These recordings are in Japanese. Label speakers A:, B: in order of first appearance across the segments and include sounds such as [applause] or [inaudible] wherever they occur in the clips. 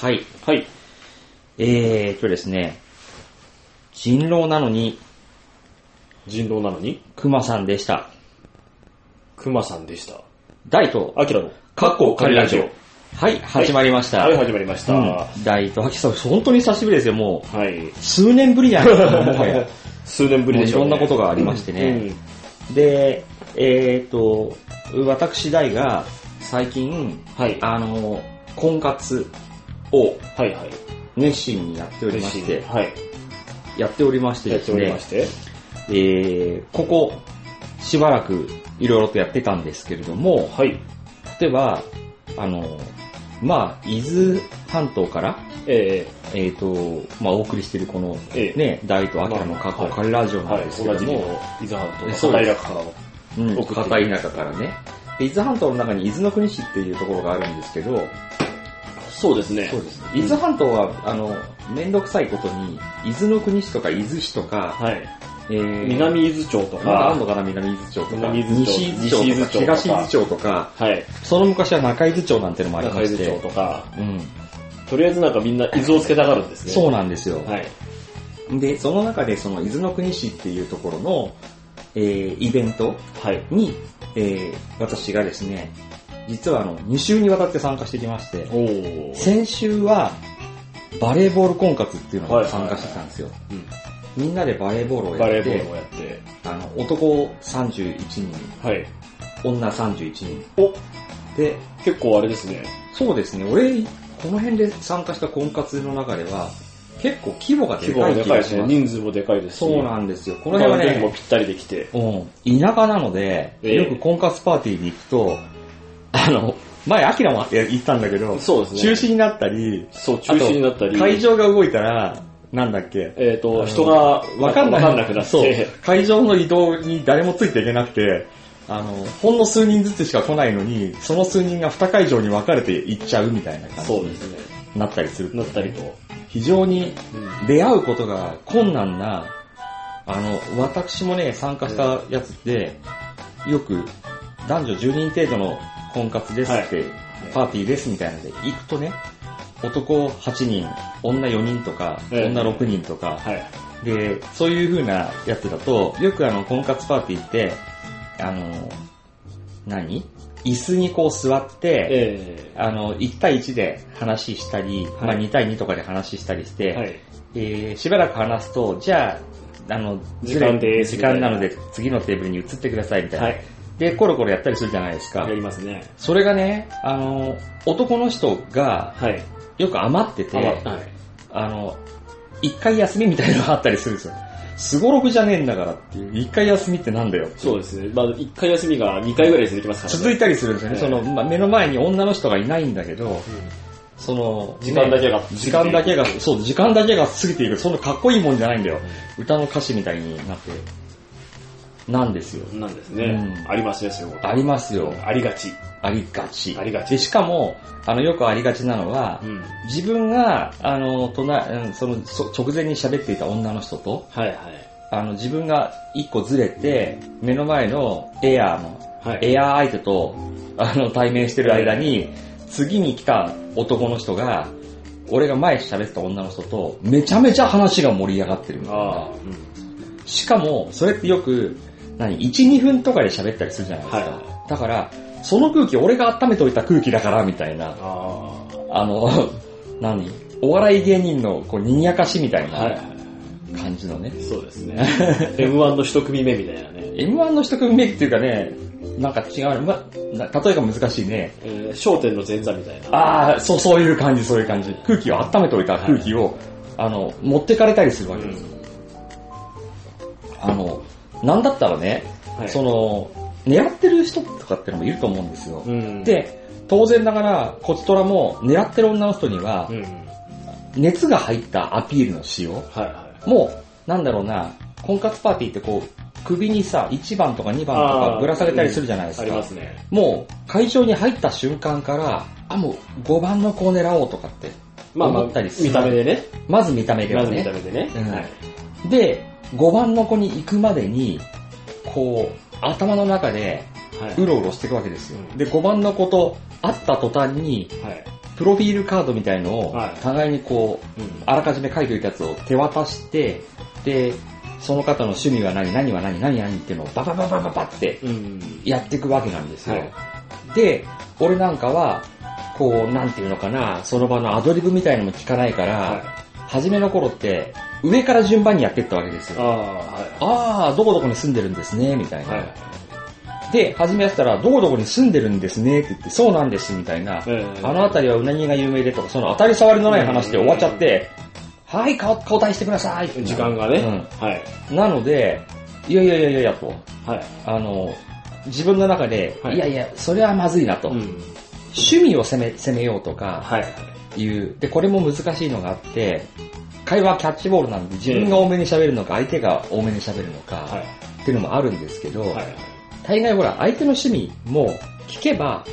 A: はい。
B: はい。
A: えーっとですね、人狼なのに、
B: 人狼なのに、
A: 熊さんでした。
B: 熊さんでした。
A: 大と、
B: アキラの、
A: かっこ仮ラジオ。はい、始まりました。
B: はい、始まりました。
A: うん大と、秋さん、本当に久しぶりですよ、も
B: はい。
A: う。数年ぶりじ [laughs] ゃないですか、もはや。
B: 数年ぶりでしょ
A: も
B: う、ね。
A: ういろんなことがありましてねで、えーっと、私大が、最近、
B: はい
A: あの、婚活を
B: うん。はいはい。
A: 熱心にやっておりまして、
B: はい。
A: やっておりまして
B: や
A: で
B: って
A: す
B: おり
A: ね
B: ま、して。
A: えー、ここ、しばらくいろいろとやってたんですけれども、
B: はい。
A: 例えば、あの、まあ、伊豆半島から、
B: え
A: えっ、と、まあ、お送りしているこの、
B: ええ
A: ね、大と秋の過
B: まあ
A: 去、
B: はい
A: カルラジオ
B: え
A: な
B: は
A: ん
B: い。
A: ですけ
B: 同
A: れ
B: じ
A: ど
B: の
A: も、
B: 伊豆半
A: え
B: 島、
A: そう
B: 大
A: です
B: 楽からの。
A: うん、
B: 送って
A: 片田舎からね。で伊豆半島の中に伊豆の国市っていうところがあるんですけど、
B: そうですね。
A: ですね。伊豆半島は、あの、めんどくさいことに、伊豆の国市とか伊豆市とか、
B: はい。
A: えー
B: 南伊豆町と
A: まだあ
B: か
A: ん、のかな、南伊豆町とか、
B: 南伊豆町
A: 西伊豆町
B: 西伊
A: と
B: 豆
A: か、東
B: 町とか
A: 伊豆町とか、
B: はい。
A: その昔は中伊豆町なんてのもありま
B: 中伊
A: し
B: 豆町
A: て、
B: とか、
A: うん、
B: とりあえずなんかみんな伊豆をつけたがるんですね。
A: そうなんですよ。
B: はい。
A: で、その中でその伊豆の国市っていうところの、えーイベント
B: はい。
A: に、えー私がですね、実はあの、2週にわたって参加してきまして、
B: おー。
A: 先週は、バレーボール婚活っていうの
B: はい
A: に参加してたんですよ。
B: うん
A: みんなでバレーボールを
B: バレ
A: やって
B: ーボール、をやって。
A: あの、男31人、
B: はい。
A: 女31人。
B: お
A: で、
B: 結構あれですね。
A: そうですね、俺、この辺で参加した婚活の中では、結構規模がで
B: 規模
A: か
B: が
A: い
B: で
A: 気
B: かい
A: が
B: です
A: し
B: ね。
A: ます。
B: 人数もでかいですし。
A: そうなんですよ。こ
B: こ
A: の
B: の
A: 辺
B: 辺
A: はね
B: も、ぴったりできて。
A: うん、田舎なので、
B: ええ
A: よく婚活パーティーに行くと、あの、前、アキラも行ったんだけど、
B: そうですね。
A: 中止になったり、
B: そう、中止になったり。
A: 会場が動いたら、なんだっけ、
B: えっ、
A: あ
B: と、
A: の
B: 人が
A: わかんな
B: わ
A: い。
B: かんなくなっ
A: そう
B: て。。
A: 会場の移動に誰もついていけなくて、あの、ほんの数人ずつしか来ないのに、その数人が2会場に分かれて行っちゃうみたいな感じ
B: そうで
A: に
B: すね。
A: なったりする。
B: なったりと。
A: 非常に出会うことが困難な、あの、私もね、参加したやつで、よく男女10人程度の婚活ですって、パーティーですみたいなので、行くとね、男8人、女4人とか、
B: ええ
A: 女6人とか、
B: はい。
A: で、そういう風なやつだと、よくあの、婚活パーティーって、あの、何椅子にこう座って、
B: え
A: あの、1対1で話したり、まあ2対2とかで話したりし
B: え
A: て、
B: はい。
A: えーしばらく話すと、じゃあ、あの、
B: 時間
A: ずれ
B: です
A: 時間なので次のテーブルに移ってくださいみたいな。
B: はい。
A: で、コロコロやったりするじゃないですか
B: や。りますね。
A: それがね、あの、男の人が
B: はい。
A: よく余ってて、
B: あはい。
A: あの、一回休みみたいなのがあったりするんですよ。すごろくじゃねえんだからっていう、一回休みってなんだよっていう
B: そうですね。まあ、一回休みが二回ぐらい続きますから、ね。
A: 続いたりするんですよね。
B: え
A: そ
B: え
A: の、まあ目の前に女の人がいないんだけど、
B: うん
A: その、
B: 時間だけが
A: ね時間だけが、そう、時間だけが過ぎていく。そんなかっこいいもんじゃないんだよ。歌の歌詞みたいになって、なんですよ。
B: なんですね。
A: うん
B: ありますね、そういうこと。
A: ありますよ。
B: ありがち。
A: ありがち
B: あ。りがち。
A: で、しかも、あの、よくありがちなのは、
B: うん。
A: 自分が、あの、隣、うんその、そ直前に喋っていた女の人と、
B: はいはい。
A: あの、自分が一個ずれて、目の前のエアーの
B: はい。
A: エアー相手とあの対面してる間に、次に来た男の人が、俺が前喋ってた女の人と、めちゃめちゃ話が盛り上がってるみたい
B: ああ、
A: な。
B: うん。
A: しかも、それってよく、何、1、2分とかで喋ったりするじゃないですか。
B: はいは
A: だから、その空気、俺が温めておいた空気だから、みたいな。
B: あ
A: あの、 [laughs] 何お笑い芸人の、こう、にぎやかしみたい
B: あ。はい
A: な
B: は
A: 感じのね。
B: い。そうですね。M1 の一組目みたいなね。
A: M1 の一組目っていうかね、なんか違う、ま、な例えが難しいね。
B: えー、焦点の前座みたいな。
A: ああ、そう、そういう感じ、そういう感じ。空気を温めておいた空気を、あの、持ってかれたりするわけです。あの、なんだったらね、
B: はい
A: その、狙ってる人とかってのもいると思うんですよ。
B: うん、
A: で、当然ながら、こちとらも狙ってる女の人には
B: う、ん。
A: 熱が入ったアピールの仕様
B: はいはい。
A: もう、なんだろうな、婚活パーティーってこう、首にさ、1番とか2番と
B: あ
A: か
B: ー
A: ぶら下げたりするじゃないです
B: あ
A: か。
B: りますね。
A: もう会場に入った瞬間から、あ、もう5番の子を狙おうとかって、
B: まあまあ、
A: 思ったりする
B: 見た目でね。
A: まず見た目で
B: ま
A: は
B: ず見た
A: ね。
B: 目でね。
A: うん
B: はい。
A: で、5番の子に行くまでに、こう、頭の中で
B: はいう
A: ろうろしていくわけですよ
B: う。ん
A: で、5番の子と会った途端に、
B: はい。
A: プロフィールカードみたいのを
B: はい、
A: 互いにこう、
B: うん
A: あらかじめ書いておいたやつを手渡して、で、その方の趣味は何、何は何、何何っていうのをババババババって
B: うん。
A: やっていくわけなんですよ。
B: はい
A: で、俺なんかは、こう、なんていうのかな、その場のアドリブみたいのも聞かないから、
B: はい。
A: 初めの頃って、上から順番にやってったわけです
B: ああ、
A: よ。
B: は
A: あー、どこどこに住んでるんですね、みたい
B: い。
A: な。
B: はい。
A: で、初めやったら、どこどこに住んでるんですね、って言って、そうなんです、みたいな。あの辺りはうなぎが有名でとか、その当たり障りのない話で終わっちゃって、はい、か交代してください
B: 時間がね、
A: う
B: はい。
A: なので、いやいやいやいやいやと、
B: はい。
A: あの、自分の中で、
B: はい
A: い、やいや、それはまずいなと。
B: うん。
A: 趣味を攻め、攻めようとか、
B: はい。
A: いう。で、これも難しいのがあって、会話はキャッチボールなんで、自分が多めに喋るのか、相手が多めに喋るのか、
B: はい。
A: っていうのもあるんですけど、
B: はい。
A: 大概ほら、相手の趣味も聞けば、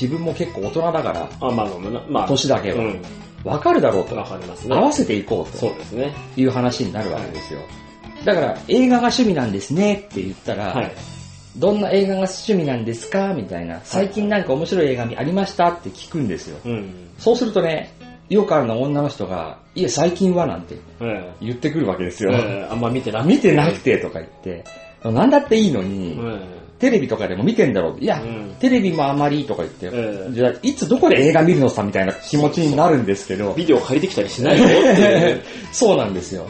A: 自分も結構大人だから、
B: あ、まあまあまあ、まあ、
A: 年だけ
B: う
A: は、
B: ん。
A: わかるだろうと。
B: わかりますね。
A: 合わせていこう
B: そ
A: と
B: うですね。
A: いう話になるわけですよ。だから、映画が趣味なんですねって言ったら、
B: はい。
A: どんな映画が趣味なんですかみたいな、最近なんか面白い映画ありましたって聞くんですよ。
B: うん。
A: そうするとね、よくあるのは女の人が、いや、最近はなんて
B: え
A: 言ってくるわけです
B: え
A: よ。
B: あんま見てな
A: 見てなくてとか言って、なんだっていいのに、
B: うん。
A: テレビとかでも見てんだろう。いや、
B: うん
A: テレビもあまりとか言って、
B: ええ
A: じゃあいつどこで映画見るのさみたいな気持ちになるんですけど、
B: ビデオ借りてきたりしないよっていう。
A: そうなんですよ。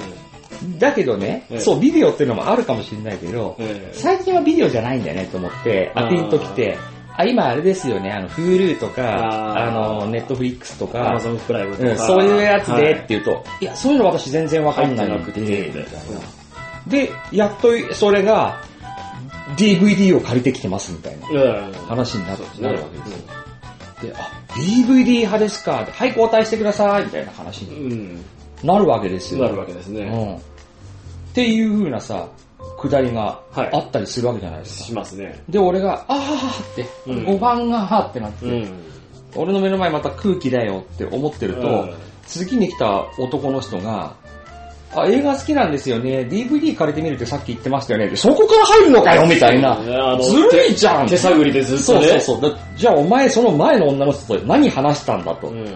A: だけどね、
B: ええ
A: そう、ビデオっていうのもあるかもしれないけど、
B: ええ
A: 最近はビデオじゃないんだよねと思って、
B: あー
A: アピンと来て、あ、今あれですよね、あの、Hulu と
B: あー
A: か、あの、Netflix と
B: ア
A: か
B: マ、ゾンプライムと
A: う
B: か、
A: ん、そういうやつでって言
B: い
A: うと、い、や、そういうの私全然わかんない
B: 入ってなくて
A: みたいなで、やっとそれが、DVD を借りてきてますみたいな
B: う。うん。
A: 話になる,、
B: そう
A: な
B: で
A: る
B: す
A: わけ
B: ね
A: ですよ。で、あ、DVD 派ですかってはい、交代してくださいみたいな話に
B: うん。
A: なるわけですよ。
B: なるわけですね。
A: うん。っていう風なさ、くだりが
B: はい
A: あったりするわけじゃないですか。
B: しますね。
A: で、俺が、あーって、
B: うん
A: 5番がーってなって、
B: うん。
A: 俺の目の前また空気だよって思ってると、
B: うん
A: 次に来た男の人が、あ、映画好きなんですよね、DVD 借りてみるってさっき言ってましたよね、そこから入るのかよみたいな
B: そうですねあ。の
A: ずるいじゃん
B: 手探りでずっ
A: そ
B: と
A: う
B: ね。
A: そうそう。だじゃあお前その前の女の人と何話したんだと。
B: うん。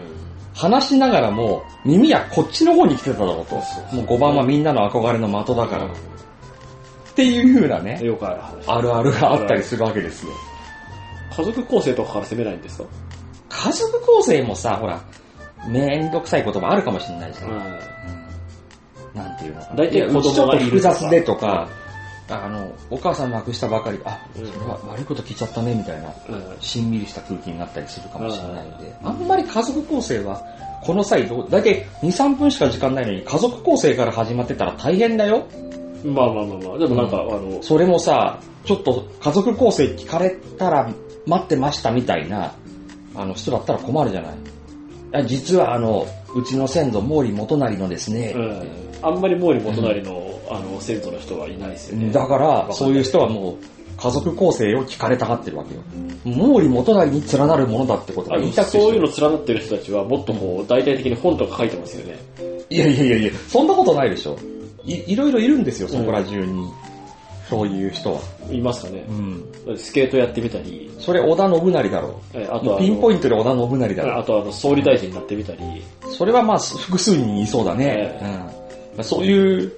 A: 話しながらも耳はこっちの方に来てただろうと。
B: そうそうそう
A: もう5番はみんなの憧れの的だから。っていう風なね、
B: よくある話。
A: あるあるがあったりするわけですよ。
B: 家族構成とかから攻めないんですか
A: 家族構成もさ、ほら、めんどくさいこともあるかもしれないじゃん。なんていうのかな。
B: 大体
A: いやう
B: 子
A: ちちょ
B: 供
A: っ
B: が
A: と
B: いる
A: 複
B: とか
A: 雑でとか、あの、お母さん亡くしたばかり、あ、そ
B: うん
A: れは悪いこと聞いちゃったね、みたいな。
B: うん。
A: しんみりした空気になったりするかもしれないので、あんまり家族構成は、この際どう、だいたい2、3分しか時間ないのに家族構成から始まってたら大変だよ。
B: まあまあまあまあ、でもなんか、あの、
A: それもさ、ちょっと家族構成聞かれたら待ってましたみたいな、あの人だったら困るじゃない。あ実はあの、うちの先祖毛利元就のですね、
B: うんあんまり毛利元就の、あの、先祖の人はいないですよね。
A: だか
B: わん
A: ら、
B: ない
A: そういう人はもう、家族構成を聞かれたがってるわけよ。毛利元就に連なるものだってことが
B: あ
A: 言
B: の
A: いたくて
B: そういうの連なってる人たちはもっとこう、大々的に本とか書いてますよね。
A: いやいやいやいや、そんなことないでしょ。いいろいろいるんですよ、そこら中に。そういう人は。
B: いますかね
A: う。ん。
B: スケートやってみたり、
A: それ織田信成だろ
B: えあと
A: う。
B: は
A: ピンポイントで織田信成だ
B: あ
A: ろ
B: とあの、総理大臣になってみたり、
A: う。それはまあ、複数人いそうだね。うん。そういう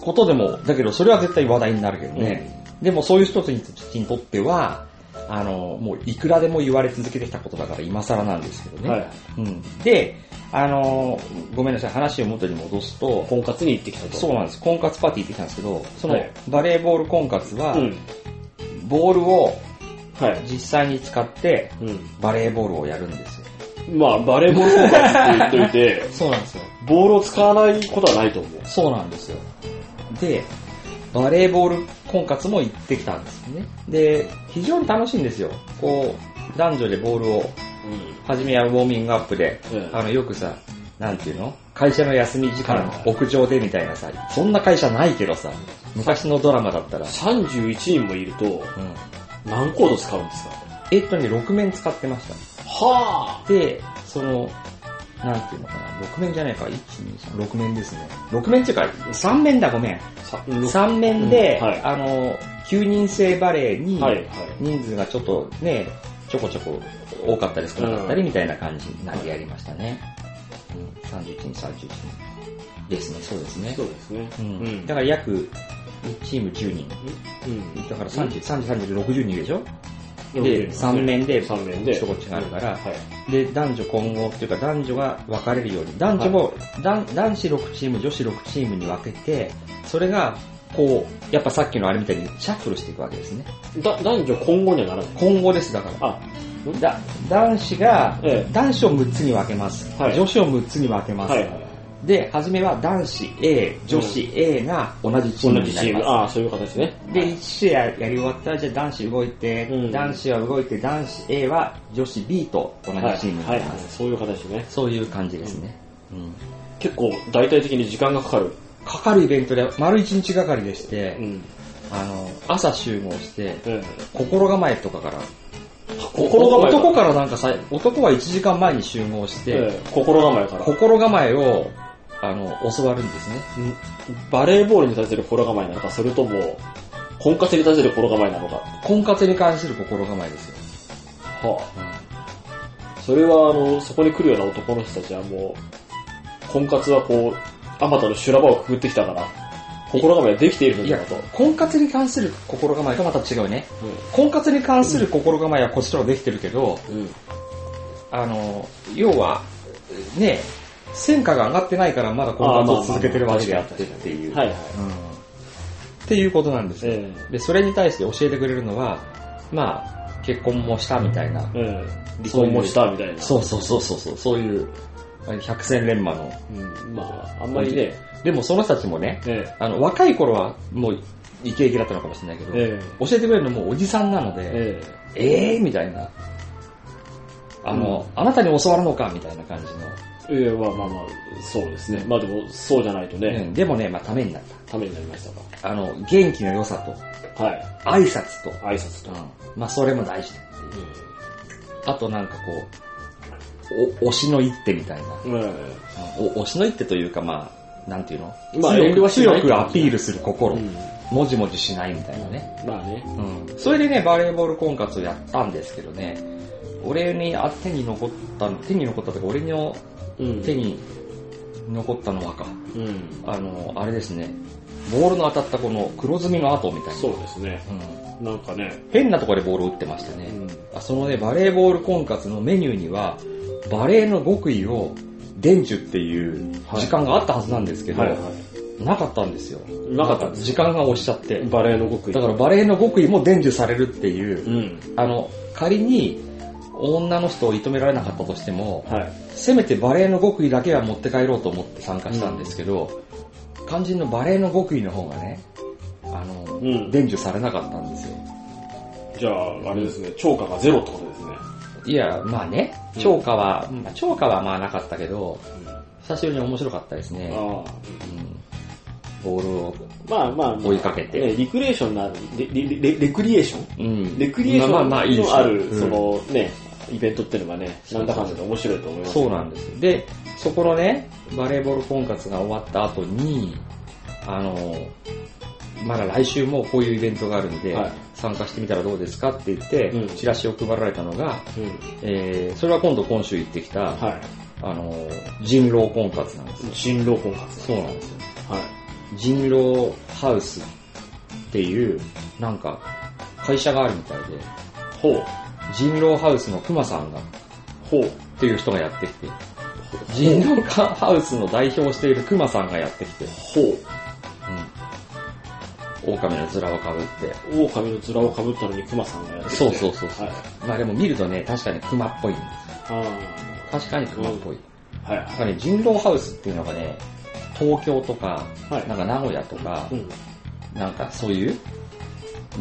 A: ことでも、だけどそれは絶対話題になるけどね。でもそういう人たちにとっては、あの、もういくらでも言われ続けてきたことだから今更なんですけどね。
B: はい。
A: うん。で、あの、ごめんなさい、話を元に戻すと、
B: 婚活に行ってきたと。
A: そうなんです。婚活パーティー行ってきたんですけど、そ
B: は
A: の
B: い
A: バレーボール婚活は、
B: うん。
A: ボールを
B: はい。
A: 実際に使って、
B: うん。
A: バレーボールをやるんですよ。、
B: まあ、バレーボール婚活って言っといて
A: [laughs] そうなんですよ。
B: ボールを使わないことはないと思う。
A: そうなんですよ。で、バレーボール婚活も行ってきたんですよね。で、非常に楽しいんですよ。こう、男女でボールを、
B: うん。
A: はじめはウォーミングアップで、
B: うん
A: あの、よくさ、なんていうの会社の休み時間
B: は、い
A: 屋上でみたいなさ、そんな会社ないけどさ、昔のドラマだったら。
B: 31人もいると、
A: うん
B: 何コード使うんですか
A: えっとね、6面使ってました。
B: は
A: で、その、なんていうのかな、6面じゃないか、1、2、3、6面ですね。6面っていうか、3面だ、ごめん。
B: ぁさ
A: 3面で、
B: うんはい
A: あの、9人制バレーに、
B: はい、はい。
A: 人数がちょっとね、ちょこちょこ多かったり少なかったり
B: う
A: みたいな感じなんでやりましたね。うん、31人、31人。ですね、そうですね。
B: そうですね。
A: うん
B: うん
A: だから約、チーム10人。
B: うん。
A: だから30、30、30、60人でしょ
B: 60
A: で、
B: 人
A: 3面で、
B: 三面で。
A: 一口があるから
B: はい。
A: で、男女混合っていうか男女が分かれるように、男女も、男男子6チーム、女子6チームに分けて、それが、こう、やっぱさっきのあれみたいにシャッフルしていくわけですね。
B: だ男女混合にはならない。
A: 今後です、だから。
B: あ、
A: だ男子が、
B: え
A: 男子を6つに分けます、
B: はい
A: 女子を6つに分け
B: え。
A: ます。
B: はいはい。
A: で、初めは男子 A、女子 A が同じチーム
B: 同
A: に
B: じ
A: な
B: チ
A: り
B: ー
A: ま
B: ム。
A: す。
B: ああ、そういう形ね。
A: で、1試合やり終わったら、じゃあ男子動いて、
B: うん
A: 男子は動いて、男子 A は女子 B と同じ
B: はい、
A: チームに
B: は
A: ないり
B: はい
A: ま。す。
B: そういう形ね。
A: そういう感じですね。うん
B: 結構、大体的に時間がかかる。
A: かかるイベントで丸一日がかりでして、
B: うん。
A: あの、朝集合して、
B: うん。
A: 心構えとかから、
B: 心構え。
A: 男からなんかさ、男は1時間前に集合して、
B: ええ心構えから。
A: 心構えを、あの、教わるんですね。
B: バレーボールに対する心構えなのか、それとも、婚活に対する心構えなのか。
A: 婚活に関する心構えですよ。
B: はあ、それは、あの、そこに来るような男の人たちはもう、婚活はこう、あまたの修羅場をくぐってきたから、心構えはできているの
A: い
B: だ
A: や
B: と。うん、
A: 婚活に関する心構えとまた違うね。婚活に関する心構えはこっちとらできてるけど、
B: うん。
A: あの、要は、ね、戦果が上がってないからまだ婚活を続けてるわけであってっていう。
B: はいはい。
A: うんっていうことなんですよ。
B: え
A: で、それに対して教えてくれるのは、まあ、結婚もしたみたいな
B: え。うん。離婚もしたみたいな。
A: そうそうそうそうそう、そういう、あの百戦錬磨の。
B: うん。まあ、あんまりね、
A: でもその人たちもね、
B: ええ。
A: あの、若い頃はもうイケイケだったのかもしれないけど、
B: え
A: 教えてくれるのもおじさんなので、
B: え。
A: えーみたいな。あの、あなたに教わるのかみたいな感じの。
B: ええ。ええ、まあまあまあ、そうですね。まあでも、そうじゃないとね、
A: うんでもね、まあ、ためになっ
B: ためになりましたか
A: た。あの、元気の良さと、
B: ら。は
A: 挨
B: い。
A: 拶と、
B: 挨拶と。
A: まあ、それも大事だ。あとなんかこう、お推しの一手みたいな。
B: うん。
A: お推しの一手というかまあ、なんていうの、
B: まあ遠慮
A: 強
B: は
A: く
B: しない
A: 強くアピールする心。
B: うん
A: もじもじしないみたいなね。
B: まあね。
A: うん。それでね、バレーボール婚活をやったんですけどね、俺にあ手に残ったの、手に残ったというか、俺の
B: うん
A: 手に残ったのはか、
B: うん。
A: あの、あれですね、ボールの当たったこの黒ずみの跡みたいな。
B: そうですね。
A: うん
B: なんかね。
A: 変なところでボールを打ってましたね。あそのね、バレーボール婚活のメニューには、バレーの極意を伝授っていう時間があったはずなんですけど、
B: はいは
A: なかったんですよ。
B: い。なかったんです
A: 時間が押しちゃって。
B: バレエの極意。
A: だからバレーの極意も伝授されるっていう、
B: うん。
A: あの、仮に女の人を射止められなかったとしても、
B: はい。
A: せめてバレーの極意だけは持って帰ろうと思って参加したんですけど、肝心のバレーの極意の方がね、あの、
B: ん
A: 伝授されなかったんですよ。
B: じゃあ、あれですね、超過がゼロってことですね。
A: いや、まあね、
B: うん
A: 超過は、まあ超過はまあなかったけど、久しぶりに面白かったですね。
B: ああ
A: うんボールを、
B: まあまあ、
A: 追いかけて
B: ね、リクレーションな、レレレレクリエーション
A: うん
B: レクリエーシ
A: まあまあまあいいで
B: ョン
A: す
B: の
A: よ
B: ある、
A: うん
B: そのね、イベントっていうのはね、なんだかんだで面白いと思います。
A: そうなんです。で、そこのね、バレーボール婚活が終わった後に、あの、まだ来週もこういうイベントがあるんで、
B: はい
A: 参加してみたらどうですかって言って、
B: うん
A: チラシを配られたのが、
B: うん。
A: えー、それは今度今週行ってきた、
B: は
A: あの、人狼婚活なんですよ。
B: い。人狼婚活。
A: そうなんですよ。
B: はい。
A: 人狼ハウスっていう、なんか、会社があるみたいで、
B: ほう。
A: 人狼ハウスの熊さんが、
B: ほう。
A: っていう人がやってきて、人狼ハウスの代表をしている熊さんがやってきて、
B: ほう。
A: うん。狼の面をかぶって。
B: 狼の面をかぶったのに熊さんがやってきて
A: そうそうそうそう
B: はい。
A: まあでも見るとね、確かに熊っぽいんです
B: あ
A: 確かに熊っぽい。
B: あ。はい
A: なんかね、人狼ハウスっていうのがね、東京とか、
B: はい。
A: なんか名古屋とか
B: う、ん。
A: なんかそういう、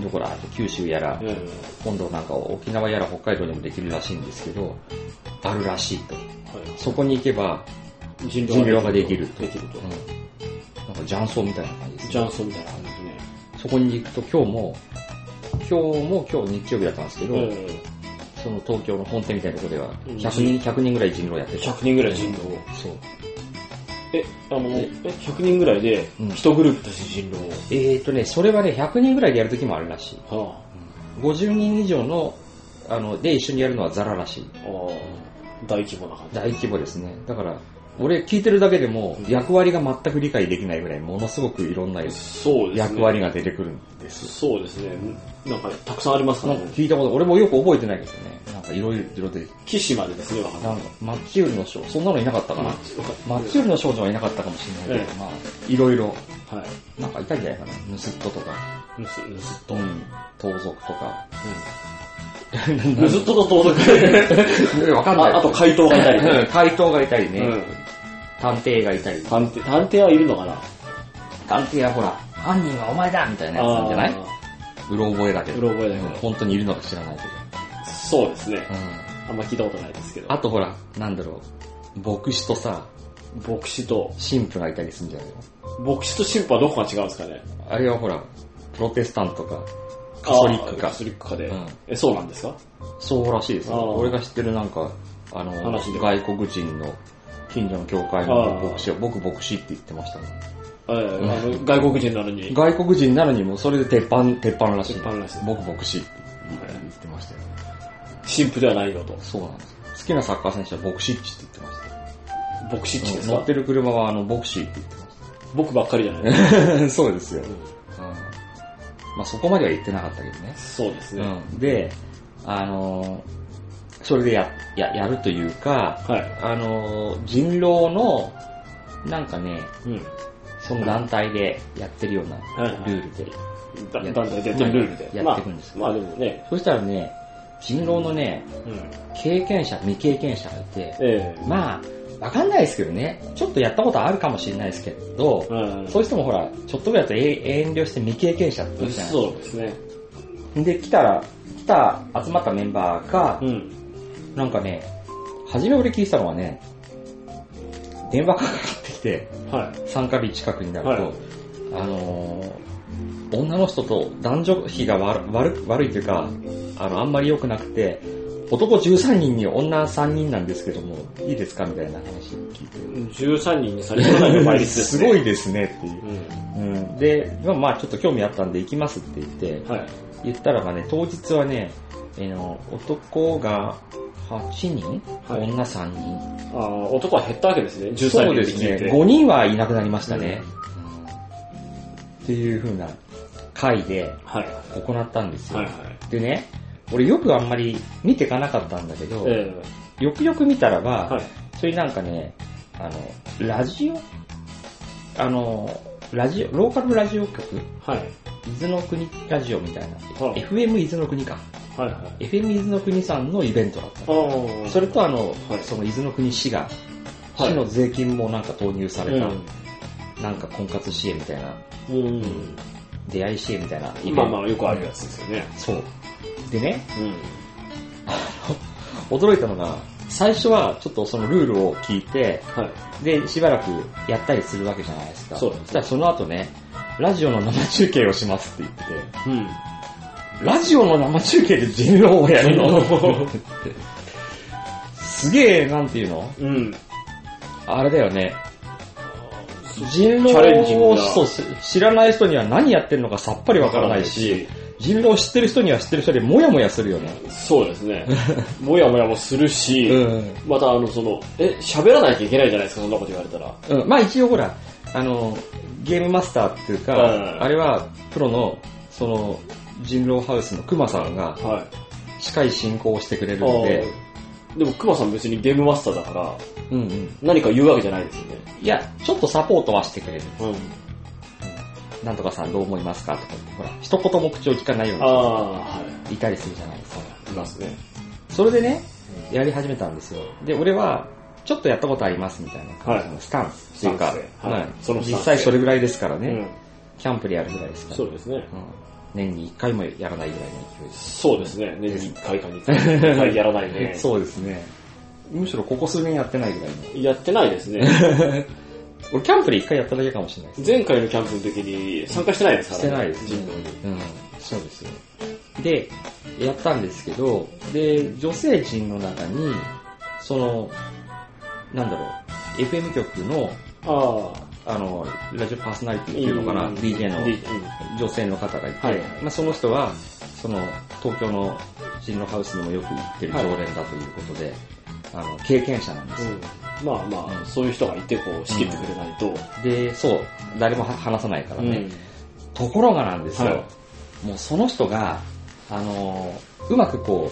A: どこら、あと九州やら、
B: うん。
A: 今度なんか沖縄やら北海道でもできるらしいんですけど、あるらしいと。
B: は
A: そこに行けば、
B: い。人
A: 人狼ができると。
B: できると
A: うん。。なんか雀荘みたいな感じです、ね。
B: ジャンソンみたいな感じですね。
A: そこに行くと今日も、今日も今日日曜日だったんですけど、その東京の本店みたいなところでは
B: うん
A: 100人、100人ぐらい人狼やってた。
B: 100人ぐらい人狼を。
A: そう。
B: え、あの、
A: え
B: え、100人ぐらいで、
A: うん
B: 一グループとして人狼
A: えーとね、それはね、100人ぐらいでやるときもあるらしい。
B: を。は
A: 50人以上のあの、で、一緒にやるのはザラらしい。
B: ああ、大規模な感じ。
A: 大規模ですね。だから、俺聞いてるだけでも
B: うん
A: 役割が全く理解できないぐらいものすごくいろんな
B: そうですね。
A: 役割が出てくるんです。
B: そうですね。なんか、たくさんありますか
A: な
B: ら
A: んか
B: ね。
A: 聞いたこと、俺もよく覚えてないけどね。なんかいろいろ出てきて
B: 騎士までですね、わかんな
A: ないんか、マッチ売りの少女、そんなのいなかったかな。マッチ売りの少女はいなかったかもしれないけ
B: え
A: ど、まあ、いろいろ、
B: はい。
A: なんかいたんじゃないかな。ヌスットとか、
B: ぬす、ぬすっと。
A: ドン、盗賊とか。
B: ぬすっとと盗賊。
A: わかんない。
B: ああと、怪盗がいたりね。
A: うん怪盗がいたりね、
B: うん。
A: 探偵がいたり。
B: 探偵、探偵はいるのかな
A: 探偵はほら、犯人はお前だみたいなやつなんじゃない
B: あ
A: うろ覚えだけ
B: ー
A: ど。
B: うろ覚えだ
A: うん
B: けど。
A: 本当にいるのか知らないけど。
B: そうですね。
A: うん
B: あんま聞いたことないですけど。
A: あとほら、なんだろう、牧師とさ、
B: 牧師と、
A: 神父がいたりするんじゃないの
B: 牧師と神父はどこが違うんですかね
A: あれはほら、プロテスタントか、カソリック
B: あー
A: か
B: カ。ソリックか
A: う
B: で。
A: ん
B: え、そうなんですか
A: そうらしいですよ
B: あー
A: 俺が知ってるなんか、あの、
B: 話で
A: 外国人の近所の教会の牧師は、僕牧師って言ってましたね。
B: えーあの外国人なのに。
A: 外国人なのにもうそれで鉄板、鉄板らしい。
B: 鉄板らしい
A: 僕牧師って言ってましたよ。
B: 神父ではないよと。
A: そうなんですよ。好きなサッカー選手はボクシッチって言ってましたよ。
B: 牧師っちです
A: 乗
B: か
A: ってる車はあのボクシーって言ってまし
B: 僕ばっかりじゃない [laughs]
A: た。そうですよ。うんまあそこまでは言ってなかったけどね。
B: そうですね。
A: うん、で、あのーそれでやややるというか、
B: はい。
A: あのー人狼の、なんかね、
B: うん。
A: その団体でやってるような
B: はいはい
A: ルールで、
B: だ団体でやってるルールで。
A: やってくんですよ
B: まあ、まあでもね、
A: そしたらね、人狼のね、
B: うん。
A: 経験者、未経験者がいて、
B: ええ
A: まあ、わかんないですけどね、ちょっとやったことあるかもしれないですけど、
B: うん
A: そういう人もほら、ちょっとぐらいだとえ遠慮して未経験者って言うじゃない
B: そうですね。
A: で、来たら、来た、集まったメンバーが、
B: うん。
A: なんかね、初め俺聞いてたのはね、電話がかかってきて、
B: は
A: 参加日近くになると、
B: はい
A: あのー女の人と男女比が悪悪悪いというか、あの、あんまり良くなくて、男13人に女3人なんですけども、いいですかみたいな話を聞いて [laughs]
B: い。。13人にされたない倍率ですす、ね。
A: ごい [laughs] ですねっていう。
B: う
A: うん、で、まあまあちょっと興味あったんで行きますって言って、
B: ん。はい。
A: 言ったらばね、当日はね、えーの男が8人、
B: はい
A: 女3人。
B: ああ、男は減ったわけですね。13人
A: そうで
B: って
A: す
B: 聞いて。
A: ね。5人はいなくなりましたね。うんっていう風な会で
B: はい。
A: 行ったんですよ。
B: はいはい。
A: でね、俺よくあんまり見てかなかったんだけど、
B: え
A: よくよく見たら
B: え
A: ば、
B: はい。
A: それなんかね、あの、ラジオあの、ラジオ、ローカルラジオ局
B: はい。
A: 伊豆の国ラジオみたいな。
B: は
A: FM 伊豆の国か。
B: い。はいはい。
A: FM 伊豆の国さんのイベントだった。
B: ああ、
A: そ
B: れ、
A: れとあの、
B: はい
A: その伊豆の国市が、
B: はい
A: 市の税金もなんか投入された、
B: う
A: なんか婚活支援みたいな、
B: ん。うん。
A: 出会い支援みたいなイベント。
B: 今まあよくあるやつですよね。
A: そう。でね、
B: うん。
A: 驚いたのが、最初はちょっとそのルールを聞いて、
B: はい。
A: で、しばらくやったりするわけじゃないですか。
B: そうですね
A: そしたらその後ね、ラジオの生中継をしますって言ってて、
B: うん。
A: ラジオの生中継で人狼をやるのすげえ、なんていうの
B: うん。
A: あれだよね。人
B: チャレンジ
A: 狼
B: ング
A: を
B: な
A: そうし知らない人には何やってるのかさっぱりわからないし、、人狼を知ってる人には知ってる人でもやもやするよね。
B: そうです
A: [laughs]
B: ね。もやもやもするし、
A: うん。
B: またあの、その、え、喋らなきゃいけないじゃないですか、そんなこと言われたら。
A: うん、まあ一応ほら、あの、ゲームマスターっていうか、
B: うん
A: あれはプロの、その、人狼ハウスのクマさんが
B: はい。
A: 近い進行をしてくれるんで、
B: あーでも、クマさん別にゲームマスターだから、
A: うんうん。
B: 何か言うわけじゃないですよね。
A: いや、ちょっとサポートはしてくれる。
B: うん。
A: なんとかさんどう思いますかとかって、ほら、一言も口を聞かないよう
B: あ
A: な
B: あ、は
A: 人いたりするじゃないですか。
B: い。いますね。
A: それでね、やり始めたんですよ。で、俺は、ちょっとやったことありますみたいな感じ
B: は
A: のスタンスっていうか
B: スタンス、ではい
A: うん
B: そのスタンスで
A: 実際それぐらいですから
B: う
A: ね、
B: ん。
A: キャンプでやるぐらいですから、
B: そうですね。
A: うん年に1回もやらないぐらいの勢いです。。
B: そうですね。年に1回か2回。1回やらないね
A: [laughs] そうですね。むしろここ数年やってないぐらいの。
B: やってないです
A: [laughs]
B: ね。
A: 俺、キャンプで1回やっただけかもしれないです。
B: 前回のキャンプの時に参加してないですから
A: してないです
B: 人狼に。
A: うん、そうですよ。で、やったんですけど、で、女性陣の中に、その、なんだろう、FM 局の
B: あ
A: あの、ラジオパーソナリティ
B: あ。
A: っていうのかな、DJ の
B: うん
A: 女性の方がいて、
B: はい
A: まあ、その人は、その、東京のティングハウスにもよく行ってる常連だということで、あの、経験者なんですよ。
B: まあまあ、そういう人がいて、こう、仕切ってくれないと。
A: で、そう、誰もは話さないからね。
B: うん
A: ところがなんですよ、
B: は
A: もうその人が、あのーうまくこ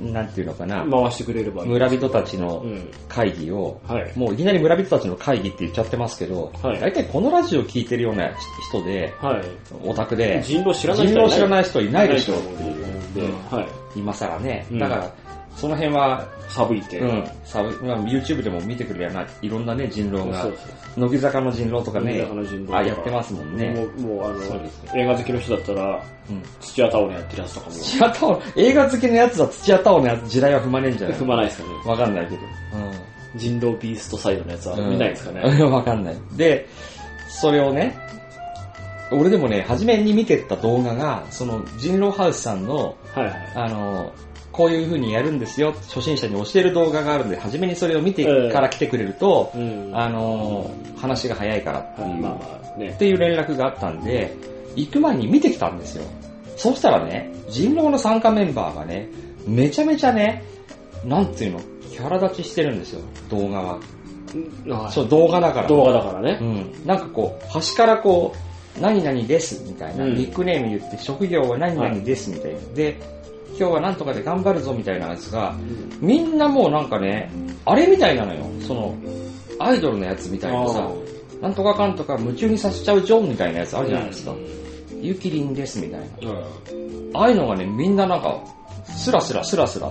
A: う、なんていうのかな、
B: 回してくれればいい。
A: 村人たち
B: う
A: の
B: ん。
A: 会議を、
B: はい。
A: もういきなり村人たちの会議って言っちゃってますけど、
B: はい
A: 大体このラジオ聞いてるような人で、
B: はい。
A: オタクで、
B: 人狼知らない人
A: 人
B: は
A: を知ら
B: い
A: ない人いないでしょ
B: な
A: っ
B: いと思
A: て
B: う
A: いうん
B: で、
A: で、
B: はい。
A: 今更ね、
B: うん
A: だから、その辺は、
B: 省いて。
A: うん、サブまあ YouTube でも見てくれるようないろんなね、人
B: そ
A: 狼
B: うそ
A: が
B: う、そう。
A: 乃木坂の人狼とかね
B: 中、の人狼
A: あ、やってますもんね。
B: もう、もうあ
A: そう
B: の
A: です、
B: 映画好きの人だったら、
A: うん
B: 土屋太鳳のやってるやつとかも、
A: 土屋太鳳、映画好きのやつは土屋太鳳のやつ時代は踏まねえんじゃない
B: 踏まないですかね。
A: わかんないけど。
B: 人狼ビーストサイドのやつは
A: うん
B: 見ないですかね。
A: うん。 [laughs] わかんない。で、それをね、俺でもね、初めに見てった動画が、その、人狼ハウスさんの、
B: はいはい。
A: あの、こういう風にやるんですよ、初心者に教える動画があるんで、初めにそれを見てから来てくれると、
B: うん。
A: あの、話が早いからって
B: はい
A: いう、
B: まあまあ
A: っ
B: ね。
A: ていう連絡があったんで、行く前に見てきたんですよ。そうしたらね、人狼の参加メンバーがね、めちゃめちゃね、なんていうの、キャラ立ちしてるんですよ、動画は。
B: はい
A: そう、動画だから。
B: 動画だからね
A: う。ん。なんかこう、端からこう、何々ですみたいな、
B: うん
A: ニックネーム言って、職業は何々ですみたいな。で、今日はなんとかで頑張るぞみたいなやつが、みんなもうなんかね、あれみたいなのよ。その、アイドルのやつみたいなさ、なんとかかんとか夢中にさせちゃうジョンみたいなやつあるじゃないですか
B: う。ん
A: ゆきりんですみたいな。
B: はい
A: ああいうのがね、みんななんか、スラスラスラスラ、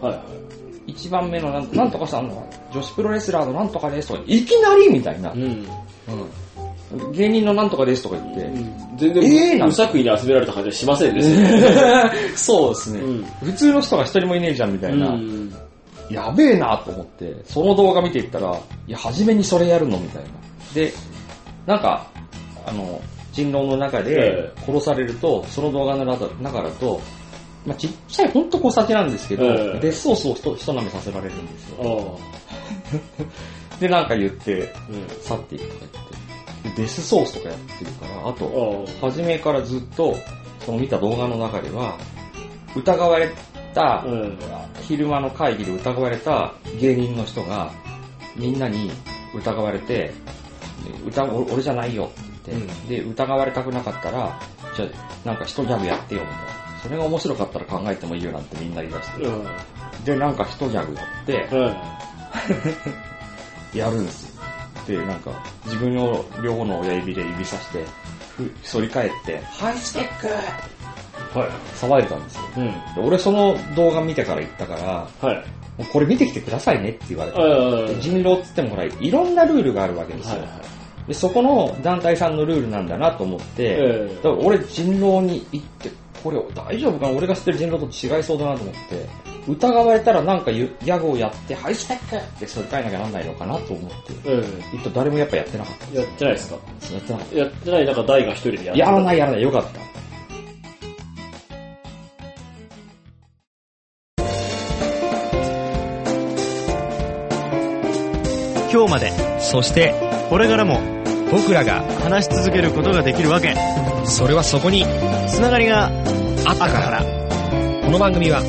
B: は
A: 一番目のなんなんとかさんの、女子プロレスラーのなんとかですとか、いきなりみたいな。
B: い。うん。
A: うん。芸人のなんとかですとか言って。
B: 全
A: えーなん
B: 然、
A: て
B: 無作為に集められた感じはしませんですよ。
A: [laughs] そうです [laughs] ね
B: うん
A: 普通の人が一人もいねえじゃんみたいな。
B: うん
A: やべえなと思って、その動画見ていったら、いや、初めにそれやるのみたいな。で、なんか、あの、人狼の中で
B: え
A: 殺されると、その動画の中中だと、まあ、ちっちゃい、ほんと小先なんですけど、
B: ええ
A: デスソースをひとひと舐めさせられるんですよ。
B: あ
A: で、なんか言って、
B: あうん
A: 去っていくとか言って。でデスソースとかやってるから、あと、
B: あ
A: 初めからずっと、その見た動画の中では、疑われた
B: あ、うん
A: 昼間の会議で疑われた芸人の人が、みんなに疑われて、歌お俺じゃないよって言って、で、疑われたくなかったら、じゃあ、なんか一ギャグやってよみたいな。それが面白かったら考えてもいいよなんてみんな言い出して。
B: うん
A: で、なんか一ギャグやって、
B: うん
A: やるんですよ。で、なんか、自分の両方の親指で指さして、ふ反り返って、ハイスペック
B: はい。
A: 騒いでたんですよ。
B: うん。
A: で俺その動画見てから行ったから、
B: はい。
A: もうこれ見てきてくださいねって言われて
B: う。ん
A: 人狼っつってもほら、いろんなルールがあるわけです
B: は
A: よ。
B: いはい。
A: でそこの団体さんのルールなんだなと思って、
B: え
A: だから俺人狼に行って、これ大丈夫かな俺が知ってる人狼と違いそうだなと思って、疑われたらなんかゆギャグをやって、ハイスペックってそれ変えなきゃなんないのかなと思って、
B: えうん。
A: 行った誰もやっぱやってなかったんで
B: やってないですか
A: すよ。やってなかっ
B: やってない、なんか大が一人でや
A: た。
B: る。
A: やらないやらない、よかった。
C: 今日までそしてこれからも僕らが話し続けることができるわけそれはそこにつながりがあったからこの番組は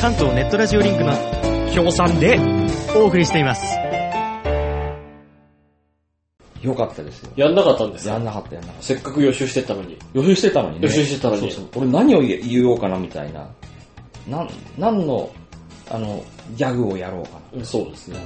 C: 関東ネットラジオリンクの協賛でお送りしています
A: よかったですよ。
B: やんなかったんです
A: や
B: よ。
A: んなかったやんなかった。
B: せっかく予習してったのに。
A: 予習してたのにね。
B: 予習してたのに
A: そうそう俺何を言おうかなみたいな。なん、何の、あの、ギャグをやろうかな。
B: そうですね。